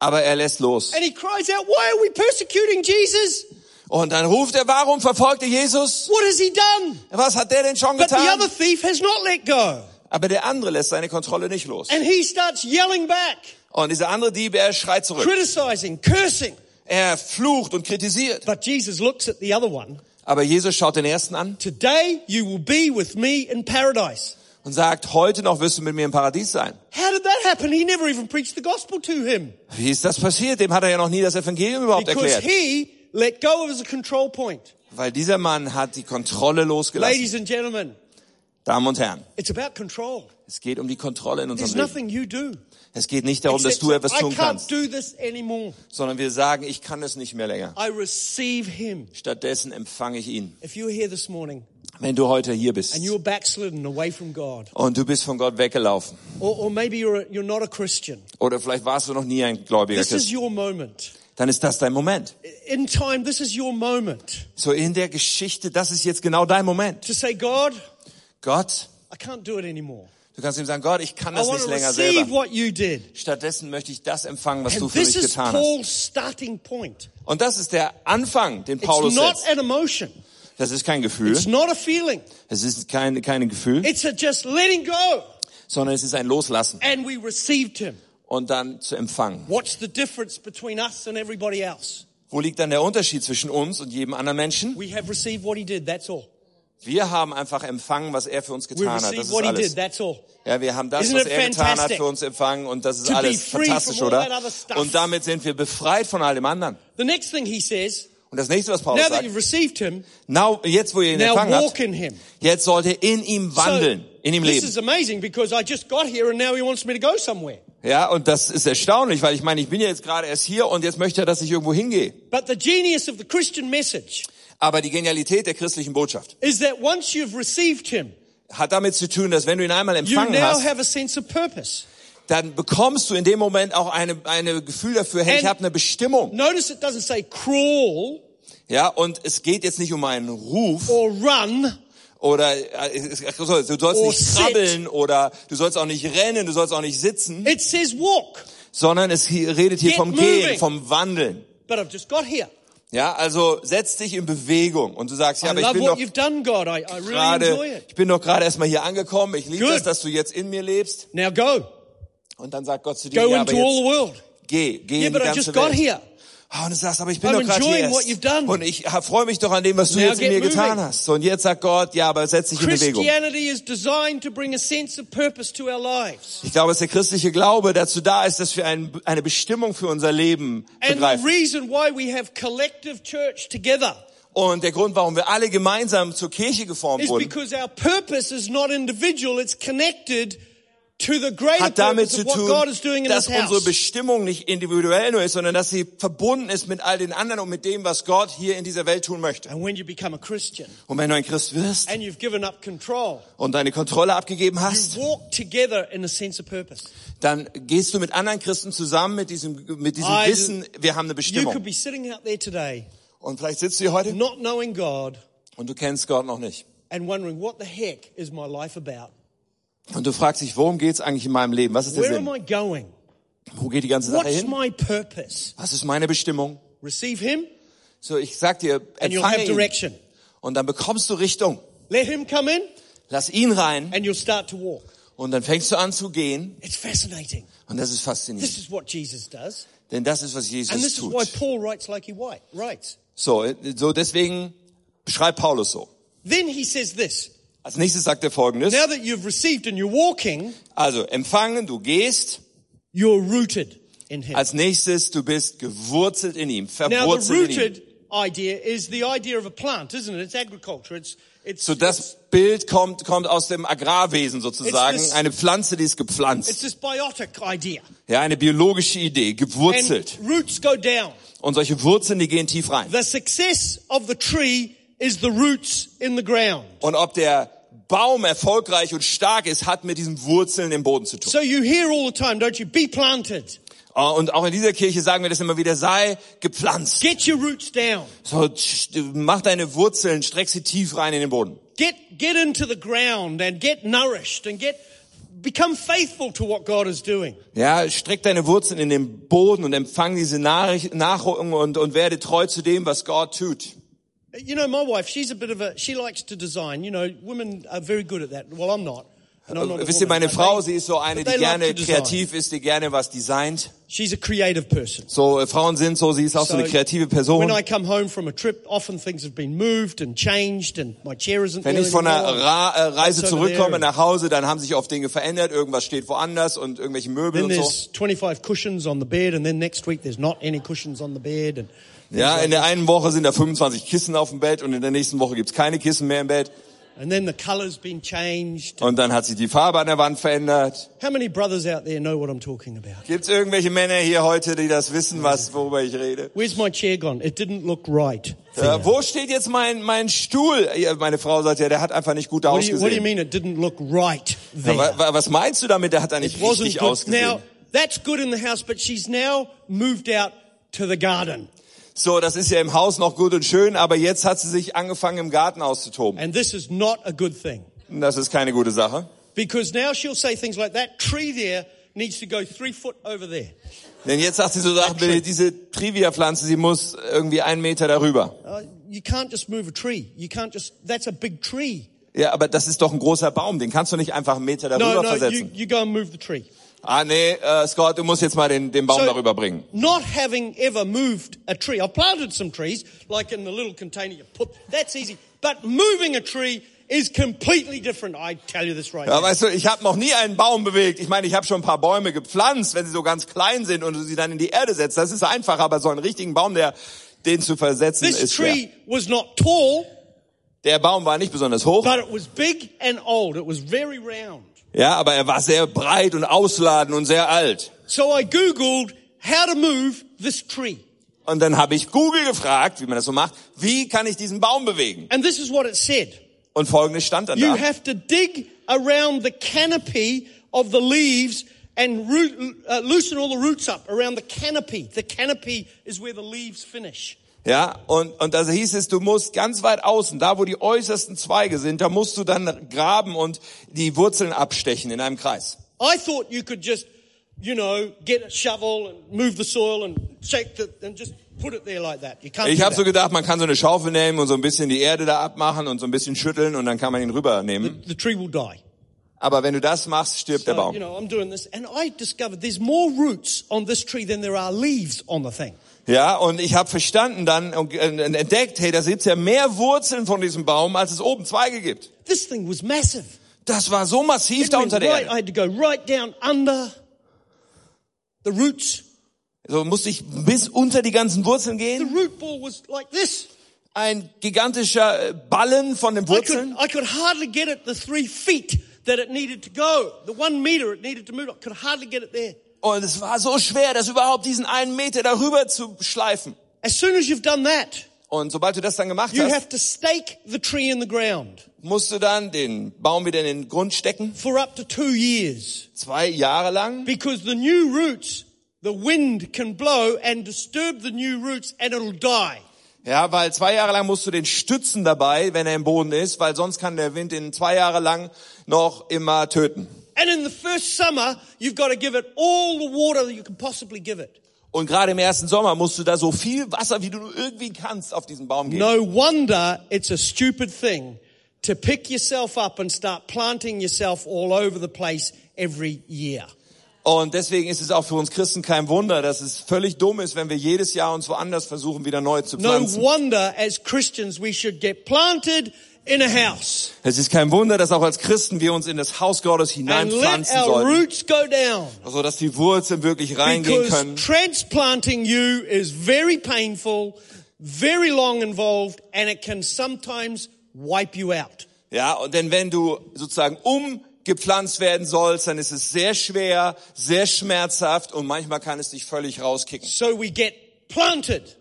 [SPEAKER 2] aber er lässt los.
[SPEAKER 3] And he cries out, Why are we persecuting Jesus?
[SPEAKER 2] Und dann ruft er, warum verfolgt ihr Jesus?
[SPEAKER 3] What has he done?
[SPEAKER 2] Was hat der denn schon
[SPEAKER 3] But the
[SPEAKER 2] getan?
[SPEAKER 3] other thief has not let go.
[SPEAKER 2] Aber der andere lässt seine Kontrolle nicht los.
[SPEAKER 3] And he starts yelling back,
[SPEAKER 2] Und dieser andere Dieb, er schreit zurück.
[SPEAKER 3] criticizing, cursing.
[SPEAKER 2] Er flucht und kritisiert.
[SPEAKER 3] But Jesus looks at the other one.
[SPEAKER 2] Aber Jesus schaut den ersten an
[SPEAKER 3] Today you will be with me in paradise.
[SPEAKER 2] und sagt, heute noch wirst du mit mir im Paradies sein.
[SPEAKER 3] How did that happen? He never even preached the gospel to him
[SPEAKER 2] Wie ist das passiert? Dem hat er ja noch nie das Evangelium überhaupt
[SPEAKER 3] because
[SPEAKER 2] erklärt.
[SPEAKER 3] he let go of his control point.
[SPEAKER 2] Weil dieser Mann hat die Kontrolle losgelassen.
[SPEAKER 3] Ladies and gentlemen,
[SPEAKER 2] Damen und Herren,
[SPEAKER 3] It's about control.
[SPEAKER 2] es geht um die Kontrolle in
[SPEAKER 3] There's
[SPEAKER 2] unserem Leben.
[SPEAKER 3] nothing you do.
[SPEAKER 2] Es geht nicht darum, dass
[SPEAKER 3] Except
[SPEAKER 2] du etwas
[SPEAKER 3] I
[SPEAKER 2] tun
[SPEAKER 3] can't
[SPEAKER 2] kannst,
[SPEAKER 3] do this anymore.
[SPEAKER 2] sondern wir sagen, ich kann es nicht mehr länger.
[SPEAKER 3] I receive him.
[SPEAKER 2] Stattdessen empfange ich ihn.
[SPEAKER 3] If you're here this morning
[SPEAKER 2] Wenn du heute hier bist
[SPEAKER 3] and you're backslidden away from God,
[SPEAKER 2] und du bist von Gott weggelaufen
[SPEAKER 3] or, or maybe you're, a, you're not a Christian,
[SPEAKER 2] oder vielleicht warst du noch nie ein gläubiger
[SPEAKER 3] this is
[SPEAKER 2] Christ,
[SPEAKER 3] your moment.
[SPEAKER 2] dann ist das dein Moment.
[SPEAKER 3] In time, this is your moment
[SPEAKER 2] So in der Geschichte, das ist jetzt genau dein Moment.
[SPEAKER 3] to say, God,
[SPEAKER 2] Gott,
[SPEAKER 3] I can't do it anymore.
[SPEAKER 2] du kannst ihm sagen, Gott, ich kann
[SPEAKER 3] I
[SPEAKER 2] das
[SPEAKER 3] want
[SPEAKER 2] nicht
[SPEAKER 3] to
[SPEAKER 2] länger
[SPEAKER 3] receive
[SPEAKER 2] selber.
[SPEAKER 3] what you did.
[SPEAKER 2] Stattdessen möchte ich das empfangen, was
[SPEAKER 3] And
[SPEAKER 2] du für mich
[SPEAKER 3] this is
[SPEAKER 2] getan hast.
[SPEAKER 3] Paul's starting point.
[SPEAKER 2] Und das ist der Anfang, den
[SPEAKER 3] It's
[SPEAKER 2] Paulus
[SPEAKER 3] not
[SPEAKER 2] setzt.
[SPEAKER 3] an emotion.
[SPEAKER 2] Das ist kein Gefühl,
[SPEAKER 3] It's not a feeling.
[SPEAKER 2] es ist kein, kein Gefühl,
[SPEAKER 3] It's a just letting go.
[SPEAKER 2] sondern es ist ein Loslassen
[SPEAKER 3] And we received him.
[SPEAKER 2] und dann zu empfangen.
[SPEAKER 3] What's the difference between us and everybody else?
[SPEAKER 2] Wo liegt dann der Unterschied zwischen uns und jedem anderen Menschen?
[SPEAKER 3] We have received what he did. That's all.
[SPEAKER 2] Wir haben einfach empfangen, was er für uns
[SPEAKER 3] We
[SPEAKER 2] getan hat. Das
[SPEAKER 3] received
[SPEAKER 2] ist
[SPEAKER 3] what he did.
[SPEAKER 2] alles.
[SPEAKER 3] That's all.
[SPEAKER 2] Ja, wir haben das,
[SPEAKER 3] Isn't
[SPEAKER 2] was
[SPEAKER 3] it
[SPEAKER 2] er getan hat,
[SPEAKER 3] fantastic?
[SPEAKER 2] für uns empfangen und das ist
[SPEAKER 3] To be
[SPEAKER 2] alles
[SPEAKER 3] free
[SPEAKER 2] fantastisch,
[SPEAKER 3] from all
[SPEAKER 2] oder?
[SPEAKER 3] that other stuff.
[SPEAKER 2] Und damit sind wir befreit von all dem anderen.
[SPEAKER 3] The next thing he says,
[SPEAKER 2] Und das nächste, was Paulus
[SPEAKER 3] now that you've
[SPEAKER 2] sagt,
[SPEAKER 3] received him,
[SPEAKER 2] now, jetzt wo ihr ihn
[SPEAKER 3] now
[SPEAKER 2] empfangen
[SPEAKER 3] walk
[SPEAKER 2] habt,
[SPEAKER 3] in him.
[SPEAKER 2] jetzt sollt ihr in ihm wandeln,
[SPEAKER 3] So,
[SPEAKER 2] in ihm
[SPEAKER 3] this
[SPEAKER 2] leben.
[SPEAKER 3] is amazing because I just got here and now he wants me to go somewhere.
[SPEAKER 2] Ja, und das ist erstaunlich, weil ich meine, ich bin ja jetzt gerade erst hier und jetzt möchte er, dass ich irgendwo hingehe.
[SPEAKER 3] But the genius of the Christian message
[SPEAKER 2] Aber die Genialität der christlichen Botschaft
[SPEAKER 3] is that once you've received him,
[SPEAKER 2] hat damit zu tun, dass wenn du ihn einmal
[SPEAKER 3] you
[SPEAKER 2] empfangen
[SPEAKER 3] now
[SPEAKER 2] hast,
[SPEAKER 3] have a sense of purpose.
[SPEAKER 2] dann bekommst du in dem Moment auch eine, eine Gefühl dafür, hey, ich
[SPEAKER 3] And-
[SPEAKER 2] habe eine Bestimmung.
[SPEAKER 3] Notice it doesn't say crawl
[SPEAKER 2] Ja, und es geht jetzt nicht um einen Ruf
[SPEAKER 3] or run.
[SPEAKER 2] oder äh, es- es- so, du sollst
[SPEAKER 3] Or
[SPEAKER 2] nicht
[SPEAKER 3] sit.
[SPEAKER 2] krabbeln oder du sollst auch nicht rennen, du sollst auch nicht sitzen,
[SPEAKER 3] It says walk.
[SPEAKER 2] sondern es hier, redet hier
[SPEAKER 3] Get
[SPEAKER 2] vom Gehen,
[SPEAKER 3] moving.
[SPEAKER 2] vom Wandeln.
[SPEAKER 3] But I've just got here.
[SPEAKER 2] Ja, also setz dich in Bewegung und du sagst, ja,
[SPEAKER 3] I
[SPEAKER 2] aber ich
[SPEAKER 3] love
[SPEAKER 2] bin
[SPEAKER 3] what
[SPEAKER 2] doch
[SPEAKER 3] you've done, God. I, I really enjoy
[SPEAKER 2] gerade,
[SPEAKER 3] it.
[SPEAKER 2] ich bin doch gerade erstmal hier angekommen. Ich liebe
[SPEAKER 3] Good.
[SPEAKER 2] das, dass du jetzt in mir lebst.
[SPEAKER 3] Now go.
[SPEAKER 2] Und dann sagt Gott zu dir,
[SPEAKER 3] Go
[SPEAKER 2] ja, aber
[SPEAKER 3] into all the
[SPEAKER 2] jetzt
[SPEAKER 3] world.
[SPEAKER 2] geh, geh
[SPEAKER 3] Yeah,
[SPEAKER 2] in die
[SPEAKER 3] but I
[SPEAKER 2] ganze
[SPEAKER 3] just got
[SPEAKER 2] Welt.
[SPEAKER 3] here.
[SPEAKER 2] Ah, Und du sagst, aber ich bin
[SPEAKER 3] I'm
[SPEAKER 2] doch gerade hier
[SPEAKER 3] enjoying what
[SPEAKER 2] erst.
[SPEAKER 3] you've done.
[SPEAKER 2] Und ich freue mich doch an dem, was du
[SPEAKER 3] Now
[SPEAKER 2] jetzt in mir
[SPEAKER 3] get
[SPEAKER 2] getan
[SPEAKER 3] moving.
[SPEAKER 2] hast. Und jetzt sagt Gott, ja, aber setz dich in Bewegung.
[SPEAKER 3] Christianity is designed to bring a sense of purpose to our lives.
[SPEAKER 2] Ich glaube, dass der christliche Glaube dazu da ist, dass wir ein, eine Bestimmung für unser Leben
[SPEAKER 3] And the
[SPEAKER 2] begreifen.
[SPEAKER 3] reason why we have collective church together
[SPEAKER 2] Und der Grund, warum wir alle gemeinsam zur Kirche geformt
[SPEAKER 3] is
[SPEAKER 2] wurden,
[SPEAKER 3] because our purpose is not individual, it's connected to the greater
[SPEAKER 2] hat damit
[SPEAKER 3] purpose
[SPEAKER 2] zu
[SPEAKER 3] of what God
[SPEAKER 2] tun,
[SPEAKER 3] is doing in
[SPEAKER 2] dass
[SPEAKER 3] this
[SPEAKER 2] unsere
[SPEAKER 3] house.
[SPEAKER 2] Bestimmung nicht individuell nur ist, sondern dass sie verbunden ist mit all den anderen und mit dem, was Gott hier in dieser Welt tun möchte.
[SPEAKER 3] And when you become a Christian
[SPEAKER 2] Und wenn du ein Christ wirst
[SPEAKER 3] and you've given up control,
[SPEAKER 2] und deine Kontrolle abgegeben
[SPEAKER 3] you
[SPEAKER 2] hast,
[SPEAKER 3] walk together in a sense of purpose.
[SPEAKER 2] dann gehst du mit anderen Christen zusammen mit diesem, mit diesem
[SPEAKER 3] I-
[SPEAKER 2] Wissen, wir haben eine
[SPEAKER 3] You could
[SPEAKER 2] Bestimmung.
[SPEAKER 3] be sitting out there today,
[SPEAKER 2] Und vielleicht sitzt du hier heute
[SPEAKER 3] not knowing God
[SPEAKER 2] und du kennst Gott noch nicht.
[SPEAKER 3] and wondering, what the heck is my life about?
[SPEAKER 2] Und du fragst dich, worum geht's eigentlich in meinem Leben? Was ist der
[SPEAKER 3] Where am
[SPEAKER 2] Sinn?
[SPEAKER 3] I going?
[SPEAKER 2] Wo geht die ganze Sache
[SPEAKER 3] What's
[SPEAKER 2] hin?
[SPEAKER 3] my purpose?
[SPEAKER 2] Was ist meine Bestimmung?
[SPEAKER 3] Receive Him
[SPEAKER 2] So, ich sag dir,
[SPEAKER 3] and you'll have
[SPEAKER 2] empfange ihn.
[SPEAKER 3] direction.
[SPEAKER 2] Und dann bekommst du Richtung.
[SPEAKER 3] Let Him come in
[SPEAKER 2] Lass ihn rein
[SPEAKER 3] and you'll start to walk.
[SPEAKER 2] und dann fängst du an zu gehen.
[SPEAKER 3] It's fascinating.
[SPEAKER 2] Und das ist faszinierend.
[SPEAKER 3] This is what Jesus does.
[SPEAKER 2] Denn das ist, was
[SPEAKER 3] And
[SPEAKER 2] Jesus
[SPEAKER 3] this is why
[SPEAKER 2] tut.
[SPEAKER 3] Paul writes like he wi- writes.
[SPEAKER 2] So, so deswegen beschreibt Paulus so.
[SPEAKER 3] Then he says this.
[SPEAKER 2] Als nächstes sagt er folgendes.
[SPEAKER 3] Now that you've received and you're walking,
[SPEAKER 2] Also, empfangen, du gehst.
[SPEAKER 3] you're rooted in him.
[SPEAKER 2] Als nächstes, du bist gewurzelt in ihm,
[SPEAKER 3] Now the
[SPEAKER 2] verwurzelt in ihm.
[SPEAKER 3] rooted idea is the idea of a plant, isn't it? It's agriculture. It's it's
[SPEAKER 2] So das Bild kommt, kommt aus dem Agrarwesen sozusagen.
[SPEAKER 3] It's this-
[SPEAKER 2] Eine Pflanze, die ist
[SPEAKER 3] it's
[SPEAKER 2] gepflanzt.
[SPEAKER 3] this biotic idea.
[SPEAKER 2] Ja, eine biologische Idee, gewurzelt.
[SPEAKER 3] And roots go down.
[SPEAKER 2] Und solche Wurzeln, die gehen tief rein.
[SPEAKER 3] The success of the tree is the roots in the ground.
[SPEAKER 2] Und ob der Baum erfolgreich und stark ist, hat mit diesen Wurzeln im Boden zu tun.
[SPEAKER 3] So you hear all the time, don't you? Be planted.
[SPEAKER 2] Ah, Und auch in dieser Kirche sagen wir das immer wieder, sei gepflanzt.
[SPEAKER 3] Get your roots down.
[SPEAKER 2] So, st- mach deine Wurzeln, streck sie tief rein in den Boden.
[SPEAKER 3] Get get into the ground and get nourished and get become faithful to what God is doing.
[SPEAKER 2] Ja, streck deine Wurzeln in den Boden und empfang diese Nachricht- Nahrung und, und werde treu zu dem, was Gott tut.
[SPEAKER 3] You know, my wife, she's a bit of a she likes to design. You know, women are very good at that. Well, I'm not. And I'm not a
[SPEAKER 2] Wisst ihr,
[SPEAKER 3] woman,
[SPEAKER 2] meine
[SPEAKER 3] but
[SPEAKER 2] Frau,
[SPEAKER 3] they-
[SPEAKER 2] sie ist so eine,
[SPEAKER 3] but
[SPEAKER 2] die
[SPEAKER 3] they love
[SPEAKER 2] gerne
[SPEAKER 3] to design.
[SPEAKER 2] kreativ ist, die gerne was designt.
[SPEAKER 3] She's a creative person.
[SPEAKER 2] So, äh, Frauen sind so, sie ist auch so eine kreative
[SPEAKER 3] When
[SPEAKER 2] Person.
[SPEAKER 3] I come home from a trip, often things have been moved and changed, and my chair isn't.
[SPEAKER 2] Wenn
[SPEAKER 3] there
[SPEAKER 2] ich von einer
[SPEAKER 3] anymore.
[SPEAKER 2] Ra äh, Reise
[SPEAKER 3] That's over
[SPEAKER 2] zurückkomme
[SPEAKER 3] there.
[SPEAKER 2] nach Hause, dann haben sich oft Dinge verändert, irgendwas steht woanders und irgendwelche Möbel
[SPEAKER 3] Then
[SPEAKER 2] und so.
[SPEAKER 3] there's 25 cushions on the bed, and then next week there's not any cushions on the bed. And
[SPEAKER 2] Ja, in der einen Woche sind da 25 Kissen auf dem Bett und in der nächsten Woche gibt's keine Kissen mehr im Bett.
[SPEAKER 3] And then the colour's been changed.
[SPEAKER 2] Und dann hat sich die Farbe an der Wand verändert.
[SPEAKER 3] How many brothers out there know what I'm talking about?
[SPEAKER 2] Gibt's irgendwelche Männer hier heute, die das wissen, was, worüber ich rede?
[SPEAKER 3] Where's my chair gone? It didn't look right.
[SPEAKER 2] Äh, wo steht jetzt mein, mein Stuhl? Ja, Meine Frau sagt ja, der hat einfach nicht gut
[SPEAKER 3] What do, you, what do you
[SPEAKER 2] ausgesehen.
[SPEAKER 3] mean it didn't look right there?
[SPEAKER 2] Ja, wa- wa- was meinst du damit, der hat da
[SPEAKER 3] it
[SPEAKER 2] nicht
[SPEAKER 3] wasn't
[SPEAKER 2] richtig
[SPEAKER 3] good.
[SPEAKER 2] ausgesehen?
[SPEAKER 3] Now, that's good in the house, but she's now moved out to the garden.
[SPEAKER 2] So, das ist ja im Haus noch gut und schön, aber jetzt hat sie sich angefangen, im Garten auszutoben.
[SPEAKER 3] And this is not a good thing.
[SPEAKER 2] Das ist keine gute Sache.
[SPEAKER 3] Because now she'll say things like, that tree there needs to go three foot over there.
[SPEAKER 2] Denn jetzt sagt sie so Sachen, wie diese Trivia-Pflanze, sie muss irgendwie einen Meter darüber.
[SPEAKER 3] Uh, you can't just move a tree. You can't just, that's a big tree.
[SPEAKER 2] Ja, aber das ist doch ein großer Baum, den kannst du nicht einfach einen Meter darüber
[SPEAKER 3] No, no, you,
[SPEAKER 2] versetzen.
[SPEAKER 3] you go and move the tree.
[SPEAKER 2] Ah nee, äh, Scott, du musst jetzt mal den, den Baum
[SPEAKER 3] So,
[SPEAKER 2] darüber bringen.
[SPEAKER 3] Not having ever moved a tree. I planted some trees, like in the little container you put. That's easy. But moving a tree is completely different. I tell you this right
[SPEAKER 2] Ja,
[SPEAKER 3] now.
[SPEAKER 2] weißt du, ich habe noch nie einen Baum bewegt. Ich meine, ich habe schon ein paar Bäume gepflanzt, wenn sie so ganz klein sind und du sie dann in die Erde setzt. Das ist einfach, aber so einen richtigen Baum, der den zu versetzen
[SPEAKER 3] This
[SPEAKER 2] ist schwer.
[SPEAKER 3] tree was not tall,
[SPEAKER 2] Der Baum war nicht besonders hoch,
[SPEAKER 3] but it was big and old. It was very round.
[SPEAKER 2] ja, aber er war sehr breit und ausladend und sehr alt.
[SPEAKER 3] So I Googled how to move this tree.
[SPEAKER 2] Und dann habe ich Google gefragt, wie man das so macht, wie kann ich diesen Baum bewegen?
[SPEAKER 3] And this is what it said.
[SPEAKER 2] Und folgendes stand dann
[SPEAKER 3] You
[SPEAKER 2] da.
[SPEAKER 3] have to dig around the canopy of the leaves and root, uh, loosen all the roots up around the canopy. The canopy is where the leaves finish.
[SPEAKER 2] Ja, und, und da hieß es, du musst ganz weit außen, da wo die äußersten Zweige sind, da musst du dann graben und die Wurzeln abstechen in einem Kreis.
[SPEAKER 3] I thought you could just, you know, get a shovel and move the soil and shake the, and just put it there like that. You can't
[SPEAKER 2] Ich
[SPEAKER 3] do
[SPEAKER 2] habe so
[SPEAKER 3] that.
[SPEAKER 2] gedacht, man kann so eine Schaufel nehmen und so ein bisschen die Erde da abmachen und so ein bisschen schütteln und dann kann man ihn rübernehmen.
[SPEAKER 3] The tree will die.
[SPEAKER 2] Aber wenn du das machst, stirbt der
[SPEAKER 3] So, you
[SPEAKER 2] Baum.
[SPEAKER 3] know, I'm doing this and I discovered there's more roots on this tree than there are leaves on the thing.
[SPEAKER 2] Ja, und ich habe verstanden dann und äh, entdeckt, hey, da gibt's ja mehr Wurzeln von diesem Baum, als es oben Zweige gibt.
[SPEAKER 3] This thing was massive.
[SPEAKER 2] Das war so massiv
[SPEAKER 3] It
[SPEAKER 2] da
[SPEAKER 3] went
[SPEAKER 2] unter der
[SPEAKER 3] right, I
[SPEAKER 2] Erde.
[SPEAKER 3] had to go right down under the roots.
[SPEAKER 2] So musste ich bis unter die ganzen Wurzeln
[SPEAKER 3] The
[SPEAKER 2] gehen.
[SPEAKER 3] root ball was like this.
[SPEAKER 2] Ein gigantischer äh, Ballen von den
[SPEAKER 3] I could,
[SPEAKER 2] Wurzeln.
[SPEAKER 3] I could hardly get it the three feet that it needed to go. The one meter it needed to move. I could hardly get it there.
[SPEAKER 2] Und es war so schwer, das überhaupt diesen einen Meter darüber zu schleifen.
[SPEAKER 3] As soon as you've done that,
[SPEAKER 2] Und sobald du das dann gemacht
[SPEAKER 3] you
[SPEAKER 2] hast,
[SPEAKER 3] have to stake the tree in the ground
[SPEAKER 2] musst du dann den Baum wieder in den Grund stecken.
[SPEAKER 3] for up to two years
[SPEAKER 2] Zwei Jahre lang.
[SPEAKER 3] because the new roots, the wind can blow and disturb the new roots and it'll die.
[SPEAKER 2] Ja, weil zwei Jahre lang musst du den stützen dabei, wenn er im Boden ist, weil sonst kann der Wind ihn zwei Jahre lang noch immer töten.
[SPEAKER 3] And in the first summer, you've got to give it all the water that you can possibly give it.
[SPEAKER 2] Und gerade im ersten Sommer musst du da so viel Wasser, wie du nur irgendwie kannst, auf diesen Baum geben.
[SPEAKER 3] No wonder it's a stupid thing to pick yourself up and start planting yourself all over the place every year.
[SPEAKER 2] Und deswegen ist es auch für uns Christen kein Wunder, dass es völlig dumm ist, wenn wir jedes Jahr uns woanders versuchen, wieder neu zu
[SPEAKER 3] No
[SPEAKER 2] pflanzen.
[SPEAKER 3] wonder as Christians we should get planted in a house
[SPEAKER 2] Es ist kein Wunder, dass auch als Christen wir uns in das Haus Gottes
[SPEAKER 3] and let
[SPEAKER 2] hineinpflanzen
[SPEAKER 3] our
[SPEAKER 2] sollten,
[SPEAKER 3] roots go down
[SPEAKER 2] sodass die Wurzeln wirklich reingehen
[SPEAKER 3] because
[SPEAKER 2] können.
[SPEAKER 3] transplanting you is very painful, very long involved, and it can sometimes wipe you out.
[SPEAKER 2] Ja, und denn wenn du sozusagen umgepflanzt werden sollst, dann ist es sehr schwer, sehr schmerzhaft und manchmal kann es dich völlig rauskicken.
[SPEAKER 3] So we get planted.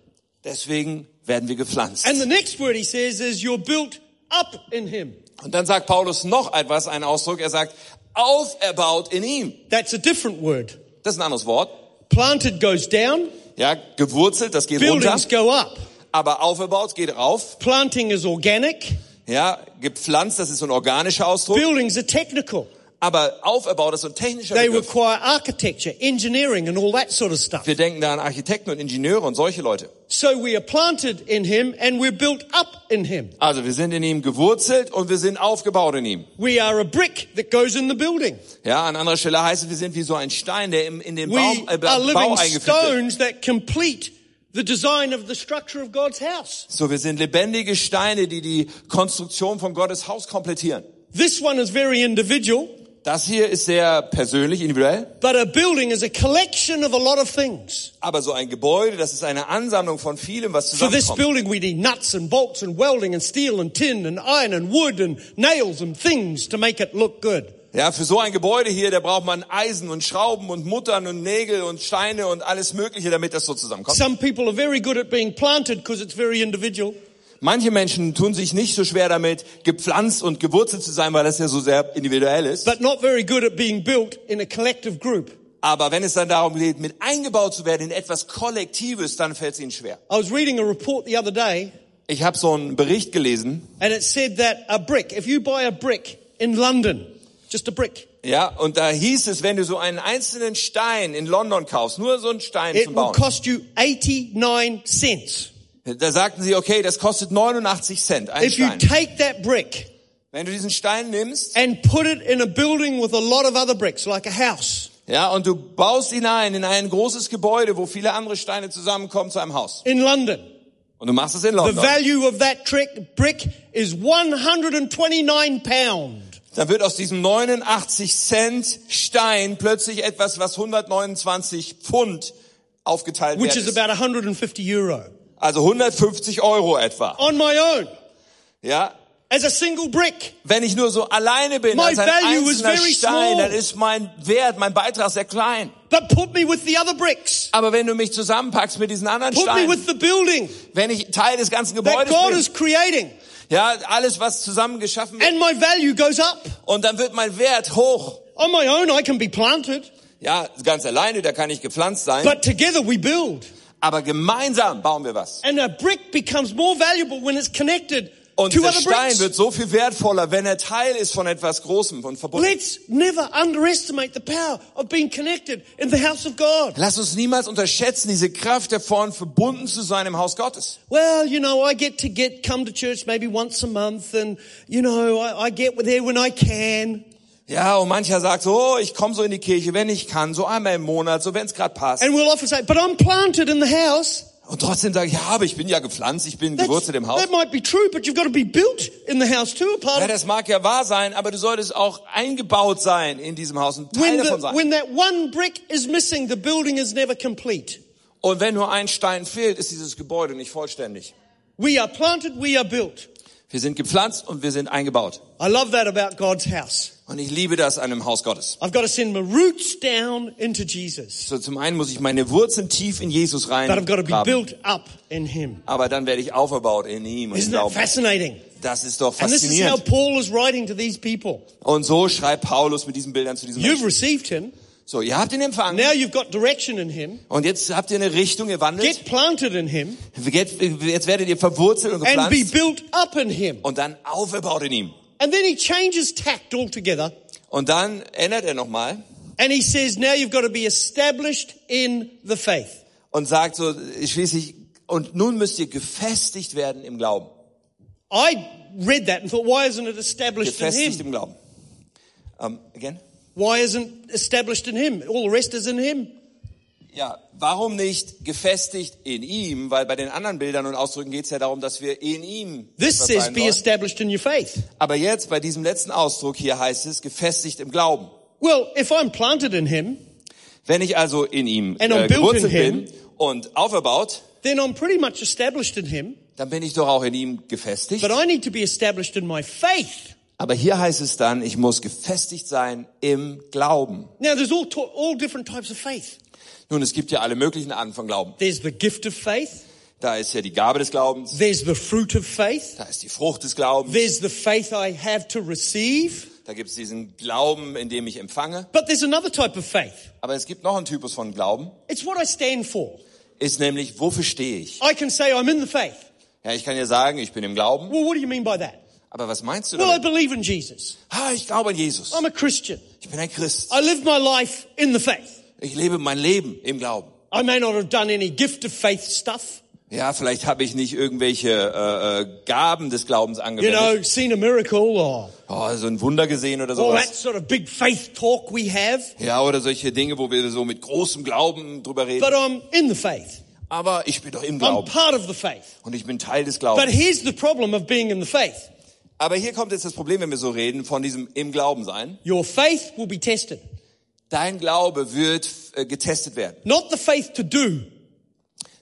[SPEAKER 2] Deswegen werden wir gepflanzt.
[SPEAKER 3] And the next word he says is you're built up in him.
[SPEAKER 2] Und dann sagt Paulus noch etwas, einen Ausdruck. Er sagt, auferbaut in ihm.
[SPEAKER 3] That's a different word.
[SPEAKER 2] Das ist ein anderes Wort.
[SPEAKER 3] Planted goes down,
[SPEAKER 2] Ja, gewurzelt, das geht runter.
[SPEAKER 3] buildings go up.
[SPEAKER 2] Aber auferbaut geht rauf.
[SPEAKER 3] Planting is organic,
[SPEAKER 2] Ja, gepflanzt, das ist so ein organischer Ausdruck.
[SPEAKER 3] buildings are technical.
[SPEAKER 2] Aber auferbaut ist so ein technischer
[SPEAKER 3] They
[SPEAKER 2] Begriff.
[SPEAKER 3] require architecture, engineering, and all that sort of stuff.
[SPEAKER 2] Wir denken da an Architekten und Ingenieure und solche Leute.
[SPEAKER 3] So we are planted in Him and we're built up in Him.
[SPEAKER 2] Also wir sind in ihm gewurzelt und wir sind aufgebaut in ihm.
[SPEAKER 3] We are a brick that goes in the building.
[SPEAKER 2] Ja, an anderer Stelle heißt es, wir sind wie so ein Stein, der im, in den
[SPEAKER 3] We
[SPEAKER 2] Baum, äh,
[SPEAKER 3] are
[SPEAKER 2] Bau
[SPEAKER 3] living
[SPEAKER 2] eingefügt wird.
[SPEAKER 3] stones that complete the design of the structure of God's house.
[SPEAKER 2] So, wir sind lebendige Steine, die die Konstruktion von Gottes Haus komplettieren.
[SPEAKER 3] This one is very individual.
[SPEAKER 2] Das hier ist sehr persönlich, individuell.
[SPEAKER 3] But a building is a collection of a lot of things.
[SPEAKER 2] Aber so ein Gebäude, das ist eine Ansammlung von vielem, was
[SPEAKER 3] For this
[SPEAKER 2] zusammenkommt.
[SPEAKER 3] building, we need nuts and bolts and welding and steel and tin and iron and wood and nails and things to make it look good.
[SPEAKER 2] Ja, für so ein Gebäude hier, da braucht man Eisen und Schrauben und Muttern und Nägel und Steine und alles Mögliche, damit das so zusammenkommt.
[SPEAKER 3] Some people are very good at being planted because it's very individual.
[SPEAKER 2] Manche Menschen tun sich nicht so schwer damit, gepflanzt und gewurzelt zu sein, weil das ja so sehr individuell ist.
[SPEAKER 3] but not very good at being built in a collective group.
[SPEAKER 2] Aber wenn es dann darum geht, mit eingebaut zu werden in etwas Kollektives, dann fällt es ihnen schwer.
[SPEAKER 3] I was reading a report the other day,
[SPEAKER 2] Ich habe so einen Bericht gelesen,
[SPEAKER 3] and it said that a brick, if you buy a brick in London, just a brick,
[SPEAKER 2] ja, und da hieß es, wenn du so einen einzelnen Stein in London kaufst, nur so einen Stein
[SPEAKER 3] it
[SPEAKER 2] zum
[SPEAKER 3] will
[SPEAKER 2] Bauen,
[SPEAKER 3] cost you 89 cents.
[SPEAKER 2] da sagten sie, okay, das kostet 89 Cent, ein
[SPEAKER 3] If you
[SPEAKER 2] Stein.
[SPEAKER 3] take that brick
[SPEAKER 2] Wenn du diesen Stein nimmst,
[SPEAKER 3] and put it in a building with a lot of other bricks, like a house,
[SPEAKER 2] ja, und du baust ihn ein in ein großes Gebäude, wo viele andere Steine zusammenkommen zu einem Haus.
[SPEAKER 3] in London,
[SPEAKER 2] Und du machst es in
[SPEAKER 3] the
[SPEAKER 2] London.
[SPEAKER 3] value of that trick, brick is 129 pound.
[SPEAKER 2] Dann wird aus diesem 89 Cent Stein plötzlich etwas, was 129 Pfund aufgeteilt
[SPEAKER 3] Which
[SPEAKER 2] wird.
[SPEAKER 3] is about 150 euro.
[SPEAKER 2] Also 150 Euro etwa.
[SPEAKER 3] On my own,
[SPEAKER 2] Ja?
[SPEAKER 3] as a single brick,
[SPEAKER 2] Wenn ich nur so alleine bin,
[SPEAKER 3] My
[SPEAKER 2] als ein
[SPEAKER 3] value is
[SPEAKER 2] einzelner
[SPEAKER 3] very
[SPEAKER 2] Stein,
[SPEAKER 3] small.
[SPEAKER 2] dann ist mein Wert, mein Beitrag sehr klein.
[SPEAKER 3] but put me with the other bricks.
[SPEAKER 2] Aber wenn du mich zusammenpackst mit diesen anderen
[SPEAKER 3] Put me with
[SPEAKER 2] Steinen,
[SPEAKER 3] the building
[SPEAKER 2] wenn ich Teil des ganzen
[SPEAKER 3] that
[SPEAKER 2] Gebäudes
[SPEAKER 3] God
[SPEAKER 2] bin,
[SPEAKER 3] is creating,
[SPEAKER 2] ja, alles was zusammen geschaffen wird,
[SPEAKER 3] and my value goes up.
[SPEAKER 2] und dann wird mein Wert hoch.
[SPEAKER 3] On my own, I can be planted,
[SPEAKER 2] Ja, ganz alleine, da kann ich gepflanzt sein,
[SPEAKER 3] but together we build.
[SPEAKER 2] aber gemeinsam bauen wir was.
[SPEAKER 3] And a brick becomes more valuable when it's connected
[SPEAKER 2] Und
[SPEAKER 3] to
[SPEAKER 2] der
[SPEAKER 3] other
[SPEAKER 2] Stein
[SPEAKER 3] bricks.
[SPEAKER 2] wird so viel wertvoller, wenn er Teil ist von etwas Großem und verbunden.
[SPEAKER 3] Let's never underestimate the power of being connected in the house of God.
[SPEAKER 2] Lass uns niemals unterschätzen, diese Kraft davon, verbunden zu sein im Haus Gottes.
[SPEAKER 3] Well, you know, I get to get come to church maybe once a month, and you know, I, I get there when I can.
[SPEAKER 2] Ja, und mancher sagt so, oh, ich komme so in die Kirche, wenn ich kann, so einmal im Monat, so wenn es gerade passt.
[SPEAKER 3] And we'll often say, "But I'm planted in the house."
[SPEAKER 2] Und trotzdem sage ich, ja, aber ich bin ja gepflanzt, ich bin
[SPEAKER 3] That's-
[SPEAKER 2] gewurzelt im Haus.
[SPEAKER 3] That might be true, but you've got to be built in the house too, a part
[SPEAKER 2] Ja,
[SPEAKER 3] of
[SPEAKER 2] das mag ja wahr sein, aber du solltest auch eingebaut sein in diesem Haus und Teil
[SPEAKER 3] When,
[SPEAKER 2] davon
[SPEAKER 3] the,
[SPEAKER 2] sein.
[SPEAKER 3] when that one brick is missing, the building is never complete.
[SPEAKER 2] Und wenn nur ein Stein fehlt, ist dieses Gebäude nicht vollständig.
[SPEAKER 3] We are planted, we are built.
[SPEAKER 2] Wir sind gepflanzt und wir sind eingebaut.
[SPEAKER 3] I love that about God's house.
[SPEAKER 2] Und ich liebe das an dem Haus Gottes.
[SPEAKER 3] I've got to send my roots down into Jesus,
[SPEAKER 2] So zum einen muss ich meine Wurzeln tief in Jesus
[SPEAKER 3] but I've got to be
[SPEAKER 2] reingraben,
[SPEAKER 3] built up in Him.
[SPEAKER 2] aber dann werde ich auferbaut in ihm und im
[SPEAKER 3] Isn't that
[SPEAKER 2] Glauben.
[SPEAKER 3] fascinating?
[SPEAKER 2] Das ist doch
[SPEAKER 3] And this is how
[SPEAKER 2] faszinierend.
[SPEAKER 3] Paul is writing to these people.
[SPEAKER 2] Und so schreibt Paulus mit diesen Bildern zu diesen
[SPEAKER 3] You've
[SPEAKER 2] Menschen.
[SPEAKER 3] received Him.
[SPEAKER 2] So, ihr habt ihn empfangen
[SPEAKER 3] Now you've got direction in Him.
[SPEAKER 2] und jetzt habt ihr eine Richtung gewandelt.
[SPEAKER 3] Get planted in Him
[SPEAKER 2] Jetzt, jetzt werdet ihr verwurzelt und
[SPEAKER 3] and be
[SPEAKER 2] gepflanzt
[SPEAKER 3] built up in Him.
[SPEAKER 2] und dann auferbaut in ihm.
[SPEAKER 3] And then he changes tact altogether
[SPEAKER 2] Und dann ändert er nochmal
[SPEAKER 3] and he says, now you've got to be established in the faith.
[SPEAKER 2] und sagt so schließlich, und nun müsst ihr gefestigt werden im Glauben.
[SPEAKER 3] I read that and thought, why isn't it established in
[SPEAKER 2] Gefestigt
[SPEAKER 3] him?
[SPEAKER 2] im Glauben. Um, again?
[SPEAKER 3] Why isn't established in him? All the rest is in him.
[SPEAKER 2] Ja, warum nicht gefestigt in ihm? Weil bei den anderen Bildern und Ausdrücken geht es ja darum, dass wir in ihm
[SPEAKER 3] This
[SPEAKER 2] etwas
[SPEAKER 3] says
[SPEAKER 2] sein
[SPEAKER 3] be
[SPEAKER 2] sollen.
[SPEAKER 3] established in your faith.
[SPEAKER 2] Aber jetzt bei diesem letzten Ausdruck hier heißt es gefestigt im Glauben.
[SPEAKER 3] Well, if I'm planted in him,
[SPEAKER 2] Wenn ich also in ihm
[SPEAKER 3] And I'm
[SPEAKER 2] äh,
[SPEAKER 3] built
[SPEAKER 2] gewurzelt
[SPEAKER 3] in him.
[SPEAKER 2] bin und auferbaut,
[SPEAKER 3] then I'm pretty much established in him,
[SPEAKER 2] dann bin ich doch auch in ihm gefestigt.
[SPEAKER 3] but I need to be established in my faith.
[SPEAKER 2] Aber hier heißt es dann, ich muss gefestigt sein im Glauben.
[SPEAKER 3] Now, there's all, to- all different types of faith.
[SPEAKER 2] Nun, es gibt ja alle möglichen Arten von Glauben.
[SPEAKER 3] There's the gift of faith.
[SPEAKER 2] Da ist ja die Gabe des Glaubens,
[SPEAKER 3] There's the fruit of faith.
[SPEAKER 2] da ist die Frucht des Glaubens,
[SPEAKER 3] There's the faith I have to receive.
[SPEAKER 2] da gibt es diesen Glauben, in dem ich empfange.
[SPEAKER 3] But there's another type of faith.
[SPEAKER 2] Aber es gibt noch einen Typus von Glauben,
[SPEAKER 3] It's what I stand for.
[SPEAKER 2] ist nämlich, wofür stehe ich?
[SPEAKER 3] I can say I'm in the faith.
[SPEAKER 2] Ja, ich kann ja sagen, ich bin im Glauben,
[SPEAKER 3] Well, what do you mean by that?
[SPEAKER 2] aber was meinst du
[SPEAKER 3] Well, I
[SPEAKER 2] damit?
[SPEAKER 3] believe in Jesus.
[SPEAKER 2] Ah, ich glaube an Jesus.
[SPEAKER 3] I'm a Christian.
[SPEAKER 2] Ich bin ein Christ.
[SPEAKER 3] I live my life in the faith.
[SPEAKER 2] Ich lebe mein Leben im Glauben.
[SPEAKER 3] I may not have done any gift of faith stuff,
[SPEAKER 2] Ja, vielleicht habe ich nicht irgendwelche äh, äh, Gaben des Glaubens
[SPEAKER 3] you
[SPEAKER 2] angewendet.
[SPEAKER 3] know, seen a miracle or
[SPEAKER 2] Oh, so ein Wunder gesehen oder
[SPEAKER 3] all that
[SPEAKER 2] sowas.
[SPEAKER 3] sort of big faith talk we have,
[SPEAKER 2] Ja, oder solche Dinge, wo wir so mit großem Glauben drüber reden.
[SPEAKER 3] but I'm in the faith.
[SPEAKER 2] Aber ich bin doch im
[SPEAKER 3] I'm
[SPEAKER 2] Glauben
[SPEAKER 3] part of the faith.
[SPEAKER 2] und ich bin Teil des
[SPEAKER 3] But
[SPEAKER 2] Glaubens.
[SPEAKER 3] here's the problem of being in the faith.
[SPEAKER 2] Aber hier kommt jetzt das Problem, wenn wir so reden, von diesem im Glauben sein.
[SPEAKER 3] Your faith will be tested.
[SPEAKER 2] Dein Glaube wird äh, getestet werden.
[SPEAKER 3] Not the faith to do,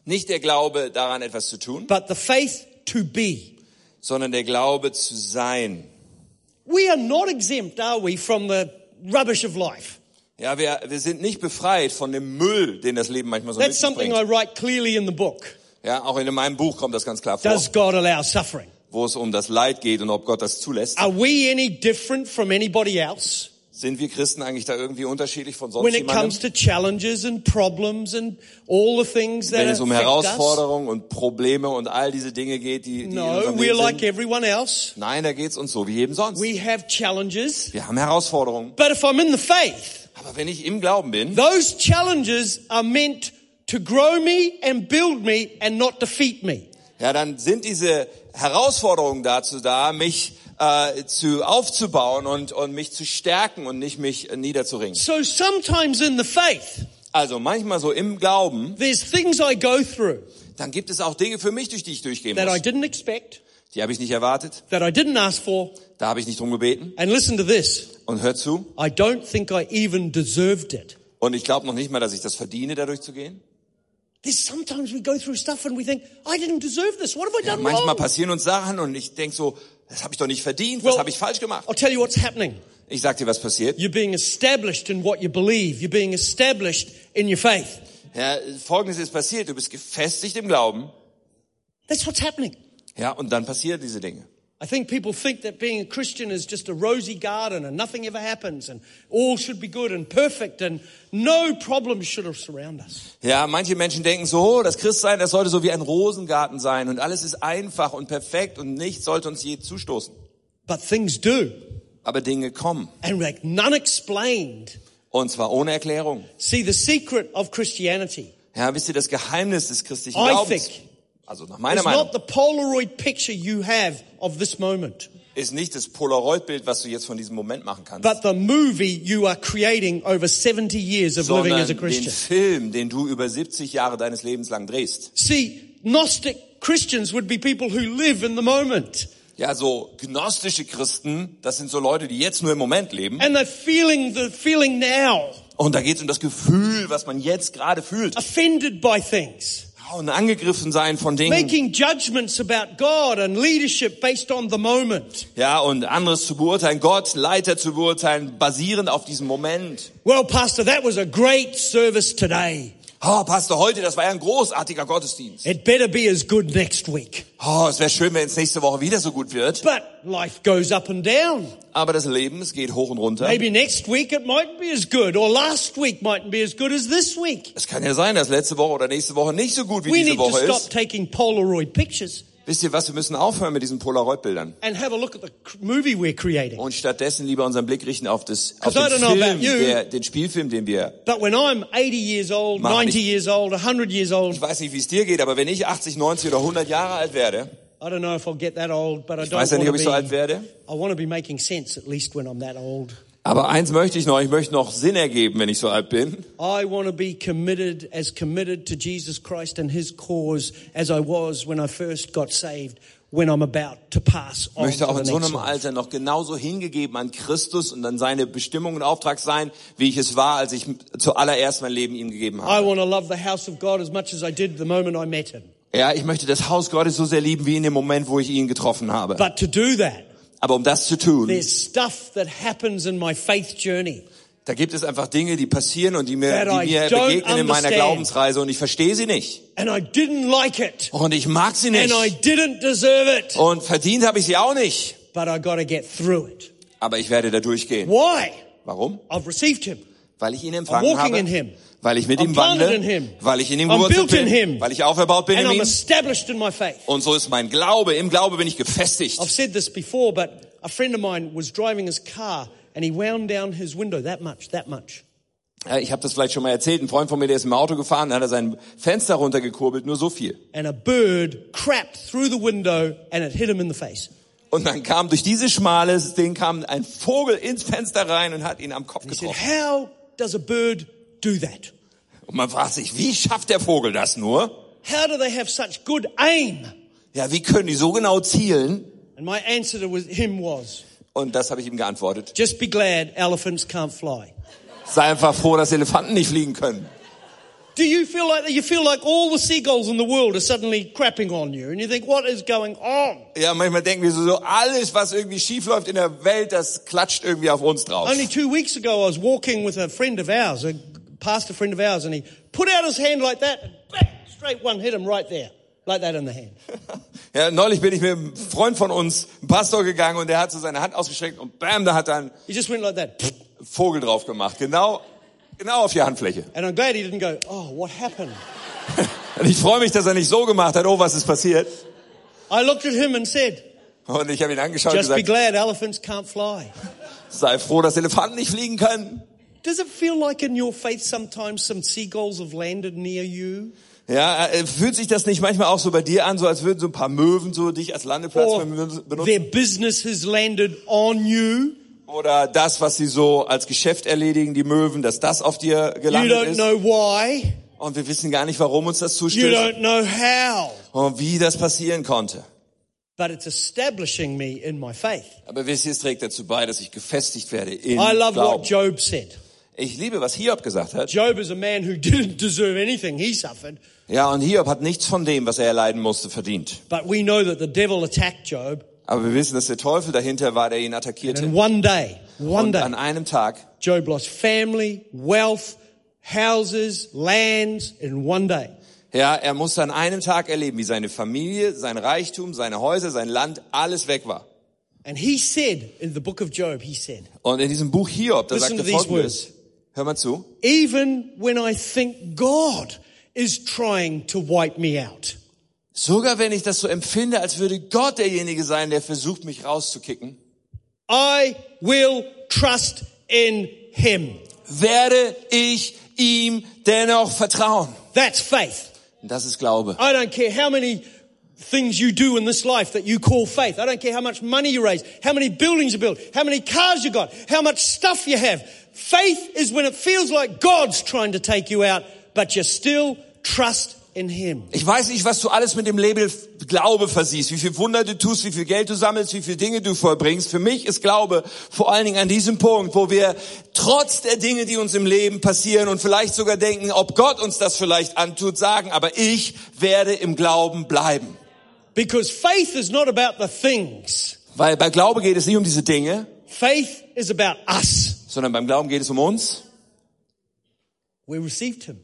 [SPEAKER 2] Nicht der Glaube daran, etwas zu tun,
[SPEAKER 3] but the faith to be.
[SPEAKER 2] sondern der Glaube zu sein.
[SPEAKER 3] We are not exempt, are we, from the rubbish of life?
[SPEAKER 2] Ja, wir, wir sind nicht befreit von dem Müll, den das Leben manchmal so mit
[SPEAKER 3] That's
[SPEAKER 2] sich
[SPEAKER 3] something I
[SPEAKER 2] bringt.
[SPEAKER 3] write clearly in the book.
[SPEAKER 2] Ja, auch in meinem Buch kommt das ganz klar vor,
[SPEAKER 3] Does God allow suffering?
[SPEAKER 2] wo es um das Leid geht und ob Gott das zulässt.
[SPEAKER 3] Are we any different from anybody else
[SPEAKER 2] Sind wir Christen eigentlich da irgendwie unterschiedlich von sonst
[SPEAKER 3] when it comes
[SPEAKER 2] jemandem?
[SPEAKER 3] to challenges and problems and all the things that
[SPEAKER 2] Wenn es um
[SPEAKER 3] affect
[SPEAKER 2] Herausforderungen und Probleme und all diese Dinge geht, die, die
[SPEAKER 3] us?
[SPEAKER 2] in
[SPEAKER 3] No,
[SPEAKER 2] unserem
[SPEAKER 3] we're
[SPEAKER 2] Leben
[SPEAKER 3] like
[SPEAKER 2] sind.
[SPEAKER 3] everyone else.
[SPEAKER 2] Nein, da geht's uns so wie jedem sonst.
[SPEAKER 3] We have challenges.
[SPEAKER 2] Wir haben Herausforderungen.
[SPEAKER 3] But if I'm in the faith,
[SPEAKER 2] Aber wenn ich im Glauben bin,
[SPEAKER 3] those challenges are meant to grow me and build me and not defeat me.
[SPEAKER 2] ja, dann sind diese Herausforderungen dazu da, mich äh, zu aufzubauen und, und mich zu stärken und nicht mich äh, niederzuringen.
[SPEAKER 3] So sometimes in the faith,
[SPEAKER 2] Also manchmal so im Glauben,
[SPEAKER 3] there's things I go through
[SPEAKER 2] dann gibt es auch Dinge für mich, durch die ich durchgehen
[SPEAKER 3] that I
[SPEAKER 2] muss.
[SPEAKER 3] didn't expect,
[SPEAKER 2] Die habe ich nicht erwartet,
[SPEAKER 3] that I didn't ask for.
[SPEAKER 2] da habe ich nicht drum gebeten.
[SPEAKER 3] And listen to this.
[SPEAKER 2] Und hör zu,
[SPEAKER 3] I don't think I even deserved it.
[SPEAKER 2] und ich glaube noch nicht mal, dass ich das verdiene, dadurch zu gehen.
[SPEAKER 3] There's sometimes we go through stuff and we think, I didn't deserve this. What have I
[SPEAKER 2] Ja,
[SPEAKER 3] done
[SPEAKER 2] manchmal
[SPEAKER 3] wrong?
[SPEAKER 2] passieren uns Sachen und ich denk so, das habe ich doch nicht verdient, was habe ich falsch gemacht?
[SPEAKER 3] I'll tell you what's happening.
[SPEAKER 2] Ich sag dir, was passiert.
[SPEAKER 3] You're being established in what you believe. You're being established in your faith.
[SPEAKER 2] Ja, Folgendes ist passiert, du bist gefestigt im Glauben,
[SPEAKER 3] That's what's happening.
[SPEAKER 2] ja, und dann passieren diese Dinge.
[SPEAKER 3] I think people think that being a Christian is just a rosy garden and nothing ever happens and all should be good and perfect and no problems should surround us.
[SPEAKER 2] Ja, manche Menschen denken so, oh, das Christsein, das sollte so wie ein Rosengarten sein und alles ist einfach und perfekt und nichts sollte uns je zustoßen.
[SPEAKER 3] But things do.
[SPEAKER 2] Aber Dinge kommen.
[SPEAKER 3] And like none explained.
[SPEAKER 2] Und zwar ohne Erklärung.
[SPEAKER 3] See, the secret of Christianity
[SPEAKER 2] Ja, wisst ihr, das Geheimnis des christlichen
[SPEAKER 3] I
[SPEAKER 2] Glaubens,
[SPEAKER 3] think
[SPEAKER 2] also nach meiner
[SPEAKER 3] is not
[SPEAKER 2] Meinung,
[SPEAKER 3] the Polaroid picture you have of this moment,
[SPEAKER 2] ist nicht das Polaroid-Bild, was du jetzt von diesem Moment machen kannst,
[SPEAKER 3] but the movie you are creating over 70 years of living
[SPEAKER 2] sondern
[SPEAKER 3] as a
[SPEAKER 2] den
[SPEAKER 3] Christian.
[SPEAKER 2] Film, den du über 70 Jahre deines Lebens lang drehst.
[SPEAKER 3] See, Gnostic Christians would be people who live in the moment.
[SPEAKER 2] Ja, so gnostische Christen, das sind so Leute, die jetzt nur im Moment leben.
[SPEAKER 3] And they're feeling the feeling now,
[SPEAKER 2] Und da geht's um das Gefühl, was man jetzt gerade fühlt.
[SPEAKER 3] offended by things.
[SPEAKER 2] Ja, Und angegriffen sein von Dingen,
[SPEAKER 3] making judgments about God and leadership based on the moment.
[SPEAKER 2] ja, und anderes zu beurteilen, Gott, Leiter zu beurteilen, basierend auf diesem Moment.
[SPEAKER 3] Well, Pastor, that was a great service today.
[SPEAKER 2] Oh, Pastor, heute, das war ja ein großartiger Gottesdienst.
[SPEAKER 3] It better be as good next week.
[SPEAKER 2] Oh, es wäre schön, wenn es nächste Woche wieder so gut wird.
[SPEAKER 3] But life goes up and down.
[SPEAKER 2] Aber das Leben, es geht hoch und runter.
[SPEAKER 3] Maybe next week it might be as good, or last week mightn't be as good as this week.
[SPEAKER 2] Es kann ja sein, dass letzte Woche oder nächste Woche nicht so gut wie
[SPEAKER 3] We
[SPEAKER 2] diese
[SPEAKER 3] need to
[SPEAKER 2] Woche
[SPEAKER 3] stop
[SPEAKER 2] ist.
[SPEAKER 3] taking Polaroid pictures
[SPEAKER 2] Wisst ihr was, wir müssen aufhören mit diesen Polaroid-Bildern.
[SPEAKER 3] and have a look at the c- movie we're creating.
[SPEAKER 2] Und stattdessen lieber unseren Blick richten auf, das, auf
[SPEAKER 3] 'Cause I
[SPEAKER 2] den
[SPEAKER 3] don't know
[SPEAKER 2] Film,
[SPEAKER 3] about you.
[SPEAKER 2] der, den Spielfilm, den wir...
[SPEAKER 3] But when I'm 80 years old,
[SPEAKER 2] Mach
[SPEAKER 3] 90
[SPEAKER 2] nicht.
[SPEAKER 3] years old, 100 years
[SPEAKER 2] Ich
[SPEAKER 3] old,
[SPEAKER 2] weiß nicht, wie es dir geht, aber wenn ich 80, 90 oder 100 Jahre alt werde,
[SPEAKER 3] I don't know if I'll get that old, but I
[SPEAKER 2] ich
[SPEAKER 3] don't
[SPEAKER 2] weiß ja nicht, ob
[SPEAKER 3] want
[SPEAKER 2] ich so alt
[SPEAKER 3] to be,
[SPEAKER 2] werde,
[SPEAKER 3] I want to be making sense at least when I'm that old.
[SPEAKER 2] aber eins möchte ich noch, ich möchte noch Sinn ergeben, wenn ich so alt bin.
[SPEAKER 3] I want to be committed as committed to Jesus Christ and his cause as I was when I first got saved when I'm about to pass
[SPEAKER 2] Ich
[SPEAKER 3] on to
[SPEAKER 2] möchte auch
[SPEAKER 3] the
[SPEAKER 2] in so
[SPEAKER 3] next
[SPEAKER 2] einem
[SPEAKER 3] life.
[SPEAKER 2] Alter noch genauso hingegeben an Christus und an seine Bestimmung und Auftrag sein, wie ich es war, als ich zuallererst mein Leben ihm gegeben
[SPEAKER 3] I
[SPEAKER 2] habe.
[SPEAKER 3] want to love the house of God as much as I did the moment I met him.
[SPEAKER 2] Ja, ich möchte das Haus Gottes so sehr lieben, wie in dem Moment, wo ich ihn getroffen habe.
[SPEAKER 3] But to do that,
[SPEAKER 2] Aber um das zu tun,
[SPEAKER 3] there's stuff that happens in my faith journey
[SPEAKER 2] da gibt es einfach Dinge, die passieren und die mir,
[SPEAKER 3] That I
[SPEAKER 2] die mir
[SPEAKER 3] don't
[SPEAKER 2] begegnen in meiner
[SPEAKER 3] understand.
[SPEAKER 2] Glaubensreise und ich verstehe sie nicht.
[SPEAKER 3] and I didn't like it
[SPEAKER 2] Und ich mag sie
[SPEAKER 3] and
[SPEAKER 2] nicht.
[SPEAKER 3] I didn't deserve it,
[SPEAKER 2] Und verdient habe ich sie auch nicht.
[SPEAKER 3] but I got to get through it.
[SPEAKER 2] Aber ich werde da durchgehen.
[SPEAKER 3] Why?
[SPEAKER 2] Warum?
[SPEAKER 3] I've received him.
[SPEAKER 2] Weil ich ihn
[SPEAKER 3] I'm
[SPEAKER 2] empfangen
[SPEAKER 3] walking
[SPEAKER 2] habe.
[SPEAKER 3] in him.
[SPEAKER 2] Weil ich mit
[SPEAKER 3] I'm
[SPEAKER 2] ihm
[SPEAKER 3] planted
[SPEAKER 2] wandle.
[SPEAKER 3] in him.
[SPEAKER 2] Weil ich in ihm
[SPEAKER 3] I'm
[SPEAKER 2] gewurzelt
[SPEAKER 3] built in
[SPEAKER 2] bin.
[SPEAKER 3] him.
[SPEAKER 2] Weil ich aufgebaut bin
[SPEAKER 3] And
[SPEAKER 2] in
[SPEAKER 3] I'm
[SPEAKER 2] ihm.
[SPEAKER 3] established in my faith.
[SPEAKER 2] Und so ist mein Glaube. Im Glaube bin ich gefestigt.
[SPEAKER 3] I've said this before, but a friend of mine was driving his car and he wound down his window that much, that much.
[SPEAKER 2] Ja, Ich habe das vielleicht schon mal erzählt. Ein Freund von mir, der ist im Auto gefahren, da hat er sein Fenster runtergekurbelt. Nur so viel.
[SPEAKER 3] And a bird crapped through the window and it hit him in the face.
[SPEAKER 2] Und dann kam durch dieses schmale Ding kam ein Vogel ins Fenster rein und hat ihn am Kopf
[SPEAKER 3] He said,
[SPEAKER 2] getroffen.
[SPEAKER 3] How does a bird do that?
[SPEAKER 2] Und man fragt sich, wie schafft der Vogel das nur?
[SPEAKER 3] How do they have such good aim?
[SPEAKER 2] Ja, wie können die so genau zielen?
[SPEAKER 3] And my answer to was- him was,
[SPEAKER 2] Und das habe ich ihm geantwortet.
[SPEAKER 3] just be glad elephants can't fly.
[SPEAKER 2] Sei einfach froh, dass Elefanten nicht fliegen können.
[SPEAKER 3] Do you feel like that? You feel like all the seagulls in the world are suddenly crapping on you, and you think, what is going on?
[SPEAKER 2] Ja, manchmal denken wir so, so alles, was irgendwie schief läuft in der Welt, das klatscht irgendwie auf uns drauf.
[SPEAKER 3] Only two weeks ago, I was walking with a friend of ours, a pastor friend of ours, and he put out his hand like that, and bang, straight one hit him right there, like that in the hand.
[SPEAKER 2] Ja, neulich bin ich mit einem Freund von uns, einem Pastor gegangen und der hat so seine Hand ausgestreckt und bam, da hat er einen
[SPEAKER 3] He just went like that.
[SPEAKER 2] Vogel drauf gemacht. Genau, genau auf die Handfläche.
[SPEAKER 3] And I'm glad he didn't go, oh, what happened?
[SPEAKER 2] Und ich freue mich, dass er nicht so gemacht hat, oh, was ist passiert?
[SPEAKER 3] I looked at him and said,
[SPEAKER 2] Und ich habe ihn angeschaut und
[SPEAKER 3] just be
[SPEAKER 2] gesagt,
[SPEAKER 3] glad elephants can't fly.
[SPEAKER 2] sei froh, dass Elefanten nicht fliegen können.
[SPEAKER 3] Does it feel like in your faith sometimes some seagulls have landed near you?
[SPEAKER 2] Ja, äh, fühlt sich das nicht manchmal auch so bei dir an, so als würden so ein paar Möwen so dich als Landeplatz
[SPEAKER 3] Or
[SPEAKER 2] benutzen?
[SPEAKER 3] their business has landed on you?
[SPEAKER 2] Oder das, was sie so als Geschäft erledigen, die Möwen, dass das auf dir
[SPEAKER 3] You
[SPEAKER 2] gelandet
[SPEAKER 3] don't
[SPEAKER 2] ist.
[SPEAKER 3] know why.
[SPEAKER 2] Und wir wissen gar nicht, warum uns das
[SPEAKER 3] You
[SPEAKER 2] zustößt
[SPEAKER 3] don't know how.
[SPEAKER 2] und wie das passieren konnte.
[SPEAKER 3] But it's establishing me in my faith.
[SPEAKER 2] Aber wisst ihr, es trägt dazu bei, dass ich gefestigt werde in
[SPEAKER 3] I love
[SPEAKER 2] Glauben.
[SPEAKER 3] what Job said.
[SPEAKER 2] Ich liebe, was Hiob gesagt hat.
[SPEAKER 3] Job is a man who didn't deserve anything he suffered,
[SPEAKER 2] Ja, und Hiob hat nichts von dem, was er erleiden musste, verdient.
[SPEAKER 3] but we know that the devil attacked Job.
[SPEAKER 2] Aber wir wissen, dass der Teufel dahinter war, der ihn
[SPEAKER 3] And
[SPEAKER 2] attackierte.
[SPEAKER 3] one day, one
[SPEAKER 2] Und
[SPEAKER 3] day,
[SPEAKER 2] an einem Tag
[SPEAKER 3] Job lost family, wealth, houses, lands in one day.
[SPEAKER 2] Ja, er musste an einem Tag erleben, wie seine Familie, sein Reichtum, seine Häuser, sein Land, alles weg war.
[SPEAKER 3] And he said in the book of Job, he said,
[SPEAKER 2] Und in diesem Buch Hiob, da
[SPEAKER 3] Listen
[SPEAKER 2] sagt er
[SPEAKER 3] to these
[SPEAKER 2] folgendes. Hör mal zu.
[SPEAKER 3] even when I think God is trying to wipe me out,
[SPEAKER 2] Sogar wenn ich das so empfinde, als würde Gott derjenige sein, der versucht, mich rauszukicken,
[SPEAKER 3] I will trust in him.
[SPEAKER 2] werde ich ihm dennoch vertrauen.
[SPEAKER 3] That's faith.
[SPEAKER 2] Und das ist Glaube.
[SPEAKER 3] I don't care how many things you do in this life that you call faith. I don't care how much money you raise, how many buildings you build, how many cars you got, how much stuff you have. Faith is when it feels like God's trying to take you out, but you still trust in Him.
[SPEAKER 2] Ich weiß nicht, was du alles mit dem Label Glaube versiehst, wie viel Wunder du tust, wie viel Geld du sammelst, wie viel Dinge du vollbringst. Für mich ist Glaube vor allen Dingen an diesem Punkt, wo wir trotz der Dinge, die uns im Leben passieren und vielleicht sogar denken, ob Gott uns das vielleicht antut, sagen, aber ich werde im Glauben bleiben.
[SPEAKER 3] Because faith is not about the things.
[SPEAKER 2] Weil bei Glaube geht es nicht um diese Dinge,
[SPEAKER 3] Faith is about us.
[SPEAKER 2] sondern beim Glauben geht es um uns.
[SPEAKER 3] We received Him.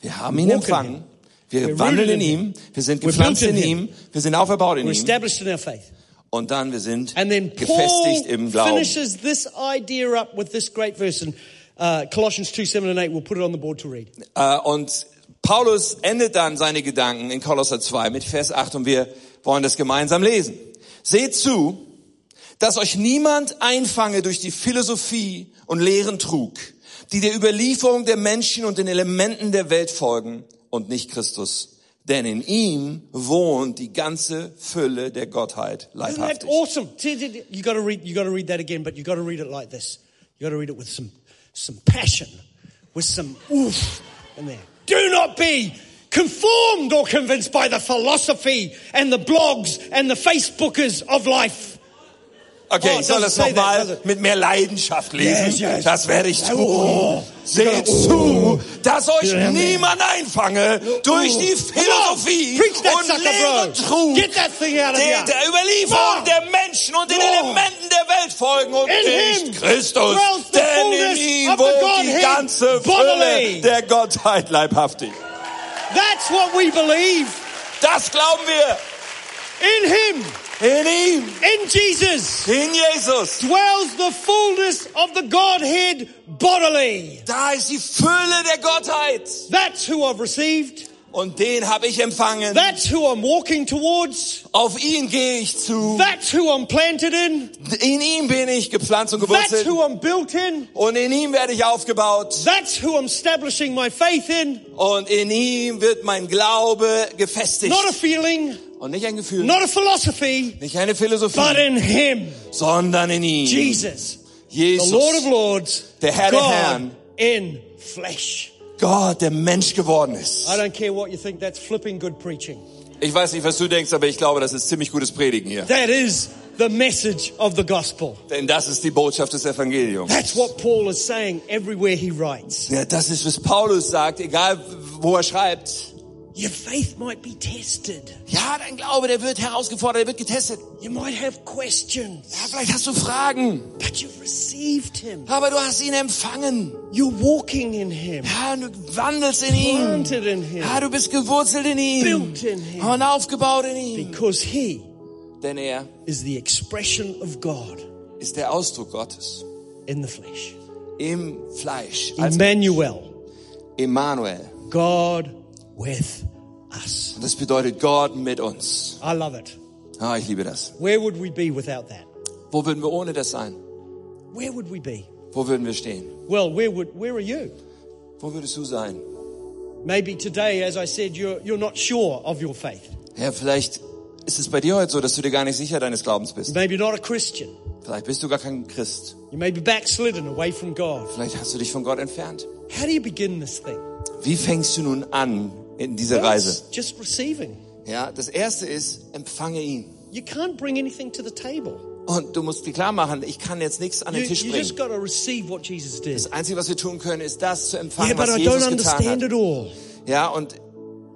[SPEAKER 2] Wir haben ihn
[SPEAKER 3] Walken
[SPEAKER 2] empfangen.
[SPEAKER 3] We're
[SPEAKER 2] Wir wandeln in
[SPEAKER 3] rooted in
[SPEAKER 2] ihm. Wir sind
[SPEAKER 3] We're
[SPEAKER 2] gepflanzt
[SPEAKER 3] built
[SPEAKER 2] in
[SPEAKER 3] in
[SPEAKER 2] ihm. Wir sind auferbaut in
[SPEAKER 3] We're
[SPEAKER 2] ihm.
[SPEAKER 3] established in our faith.
[SPEAKER 2] Und dann wir sind
[SPEAKER 3] And then Paul
[SPEAKER 2] gefestigt im Glauben.
[SPEAKER 3] finishes this idea up with this great verse in uh, Colossians 2, 7 and 8. We'll put it on the board to read.
[SPEAKER 2] Äh, Und Paulus endet dann seine Gedanken in Kolosser 2 mit Vers 8 und wir wollen das gemeinsam lesen. Seht zu, dass euch niemand einfange durch die Philosophie und Lehren trug, die der Überlieferung der Menschen und den Elementen der Welt folgen und nicht Christus. Denn in ihm wohnt die ganze Fülle der Gottheit
[SPEAKER 3] Isn't that
[SPEAKER 2] leibhaftig.
[SPEAKER 3] awesome? T- t- You got to read. You got to read that again, but you got to read it like this. You got to read it with some some passion, with some oof in there. Do not be conformed or convinced by the philosophy and the blogs and the Facebookers of life.
[SPEAKER 2] Okay,
[SPEAKER 3] Oh,
[SPEAKER 2] ich soll
[SPEAKER 3] doesn't
[SPEAKER 2] das
[SPEAKER 3] say that, does
[SPEAKER 2] nochmal
[SPEAKER 3] it?
[SPEAKER 2] mit mehr Leidenschaft lesen.
[SPEAKER 3] Yes, yes.
[SPEAKER 2] Das werde ich tun. Seht
[SPEAKER 3] Oh.
[SPEAKER 2] zu, dass euch
[SPEAKER 3] Yeah, man.
[SPEAKER 2] niemand einfange durch die Philosophie
[SPEAKER 3] Oh, Preach that
[SPEAKER 2] und
[SPEAKER 3] sucker, bro.
[SPEAKER 2] Lehre Trug,
[SPEAKER 3] Get that thing out of
[SPEAKER 2] der,
[SPEAKER 3] here.
[SPEAKER 2] der Überlieferung
[SPEAKER 3] Oh.
[SPEAKER 2] der Menschen und den
[SPEAKER 3] Oh.
[SPEAKER 2] Elementen der Welt folgen und
[SPEAKER 3] In
[SPEAKER 2] nicht
[SPEAKER 3] him
[SPEAKER 2] Christus.
[SPEAKER 3] dwells the
[SPEAKER 2] Denn in
[SPEAKER 3] fullness
[SPEAKER 2] ihm
[SPEAKER 3] of the
[SPEAKER 2] wohnt die
[SPEAKER 3] Godhead
[SPEAKER 2] ganze
[SPEAKER 3] bodily.
[SPEAKER 2] Fülle der Gottheit leibhaftig.
[SPEAKER 3] That's what we believe
[SPEAKER 2] Das glauben wir.
[SPEAKER 3] in Him,
[SPEAKER 2] In ihm,
[SPEAKER 3] in Jesus.
[SPEAKER 2] in Jesus.
[SPEAKER 3] Dwells the fullness of the Godhead bodily.
[SPEAKER 2] Da ist die Fülle der Gottheit.
[SPEAKER 3] That's who I've received.
[SPEAKER 2] Und den habe ich empfangen.
[SPEAKER 3] That's who I'm walking towards.
[SPEAKER 2] Auf ihn gehe ich zu.
[SPEAKER 3] That's who I'm planted in.
[SPEAKER 2] In ihm bin ich gepflanzt und
[SPEAKER 3] That's
[SPEAKER 2] gewurzelt.
[SPEAKER 3] who I'm built in.
[SPEAKER 2] Und in ihm werde ich aufgebaut.
[SPEAKER 3] That's who I'm establishing my faith in.
[SPEAKER 2] Und in ihm wird mein Glaube gefestigt.
[SPEAKER 3] Not a feeling,
[SPEAKER 2] Und nicht ein Gefühl,
[SPEAKER 3] not a philosophy,
[SPEAKER 2] nicht eine
[SPEAKER 3] but
[SPEAKER 2] Philosophie,
[SPEAKER 3] in Him,
[SPEAKER 2] sondern in ihm.
[SPEAKER 3] Jesus, the
[SPEAKER 2] Jesus.
[SPEAKER 3] Lord of Lords,
[SPEAKER 2] Der Herr der
[SPEAKER 3] God
[SPEAKER 2] Herren.
[SPEAKER 3] in flesh.
[SPEAKER 2] Gott, der Mensch geworden ist.
[SPEAKER 3] I don't care what you think, that's flipping good preaching.
[SPEAKER 2] Ich weiß nicht, was du denkst, aber ich glaube, das ist ziemlich gutes Predigen hier.
[SPEAKER 3] That is the message of the gospel.
[SPEAKER 2] Denn das ist die Botschaft des Evangeliums.
[SPEAKER 3] That's what Paul is saying everywhere he writes.
[SPEAKER 2] Ja, das ist, was Paulus sagt, egal wo er schreibt.
[SPEAKER 3] Your faith might be tested.
[SPEAKER 2] Ja, dein Glaube, der wird herausgefordert, der wird getestet.
[SPEAKER 3] You might have questions,
[SPEAKER 2] Ja, vielleicht hast du Fragen,
[SPEAKER 3] but you've received him.
[SPEAKER 2] aber du hast ihn empfangen.
[SPEAKER 3] You're walking in him,
[SPEAKER 2] Ja, und du wandelst in ihm.
[SPEAKER 3] planted in him,
[SPEAKER 2] Ja, du bist gewurzelt in ihm
[SPEAKER 3] built in him.
[SPEAKER 2] und aufgebaut in ihm.
[SPEAKER 3] Because he
[SPEAKER 2] Denn er
[SPEAKER 3] is the expression of God
[SPEAKER 2] ist der Ausdruck Gottes
[SPEAKER 3] in the flesh.
[SPEAKER 2] im Fleisch, Also als
[SPEAKER 3] Emmanuel,
[SPEAKER 2] Emmanuel.
[SPEAKER 3] God with us.
[SPEAKER 2] Und das bedeutet Gott mit uns.
[SPEAKER 3] I love it.
[SPEAKER 2] Ah, ich liebe das.
[SPEAKER 3] Where would we be without that?
[SPEAKER 2] Wo würden wir ohne das sein?
[SPEAKER 3] Where would we be?
[SPEAKER 2] Wo würden wir stehen?
[SPEAKER 3] Well, where would where are you?
[SPEAKER 2] Wo würdest du sein?
[SPEAKER 3] Maybe today, as I said, you're you're not sure of your faith.
[SPEAKER 2] Ja, vielleicht ist es bei dir heute so, dass du dir gar nicht sicher deines Glaubens bist.
[SPEAKER 3] Maybe you're not a Christian.
[SPEAKER 2] Vielleicht bist du gar kein Christ.
[SPEAKER 3] You may be backslidden away from God.
[SPEAKER 2] Vielleicht hast du dich von Gott entfernt.
[SPEAKER 3] How do you begin this thing?
[SPEAKER 2] Wie fängst du nun an in dieser
[SPEAKER 3] Well,
[SPEAKER 2] Reise?
[SPEAKER 3] it's just receiving.
[SPEAKER 2] Ja, das erste ist, empfange ihn.
[SPEAKER 3] You can't bring anything to the table.
[SPEAKER 2] Und du musst dir klar machen, ich kann jetzt nichts an
[SPEAKER 3] You,
[SPEAKER 2] den Tisch
[SPEAKER 3] you just
[SPEAKER 2] bringen.
[SPEAKER 3] got to receive what Jesus did.
[SPEAKER 2] Das Einzige, was wir tun können, ist das zu empfangen,
[SPEAKER 3] Yeah, but
[SPEAKER 2] was
[SPEAKER 3] I don't
[SPEAKER 2] Jesus getan
[SPEAKER 3] understand
[SPEAKER 2] hat.
[SPEAKER 3] it all.
[SPEAKER 2] Ja, und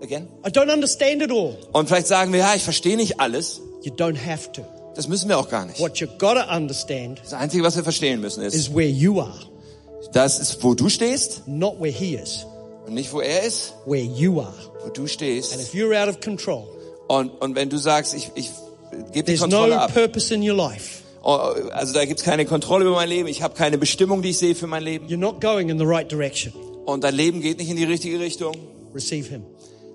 [SPEAKER 2] again.
[SPEAKER 3] I don't understand it all.
[SPEAKER 2] Und vielleicht sagen wir, ja, ich verstehe nicht alles.
[SPEAKER 3] You don't have to.
[SPEAKER 2] Das müssen wir auch gar nicht.
[SPEAKER 3] What you got to understand
[SPEAKER 2] Das Einzige, was wir verstehen müssen, ist,
[SPEAKER 3] is where you are,
[SPEAKER 2] das ist, wo du stehst
[SPEAKER 3] not where He is.
[SPEAKER 2] und nicht, wo er ist.
[SPEAKER 3] Where you are.
[SPEAKER 2] Wo du
[SPEAKER 3] And
[SPEAKER 2] stehst.
[SPEAKER 3] if you're out of control,
[SPEAKER 2] Und, und wenn du sagst, ich, ich gebe die
[SPEAKER 3] there's
[SPEAKER 2] Kontrolle
[SPEAKER 3] no
[SPEAKER 2] ab.
[SPEAKER 3] purpose in your life.
[SPEAKER 2] Oh, Also da gibt's keine Kontrolle über mein Leben. Ich habe keine Bestimmung, die ich sehe für mein Leben.
[SPEAKER 3] You're not going in the right direction.
[SPEAKER 2] Und dein Leben geht nicht in die richtige Richtung.
[SPEAKER 3] Receive Him.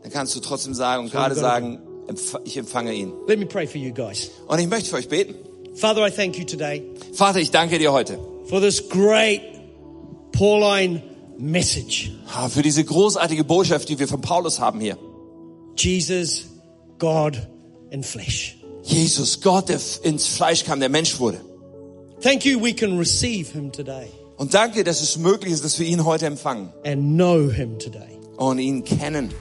[SPEAKER 2] Dann kannst du trotzdem sagen und
[SPEAKER 3] So
[SPEAKER 2] gerade
[SPEAKER 3] good.
[SPEAKER 2] sagen, empf- ich empfange ihn.
[SPEAKER 3] Let me pray for you guys.
[SPEAKER 2] Und ich möchte für euch beten.
[SPEAKER 3] Father, I thank you today
[SPEAKER 2] Vater, ich danke dir heute
[SPEAKER 3] for this great Pauline message.
[SPEAKER 2] ah, für diese großartige Botschaft, die wir von Paulus haben hier.
[SPEAKER 3] Jesus, God in flesh.
[SPEAKER 2] Jesus, Gott, der f- ins Fleisch kam, der Mensch wurde.
[SPEAKER 3] Thank you, we can receive him today
[SPEAKER 2] Und danke, dass es möglich ist, dass wir ihn heute empfangen
[SPEAKER 3] and know him today.
[SPEAKER 2] und ihn kennen.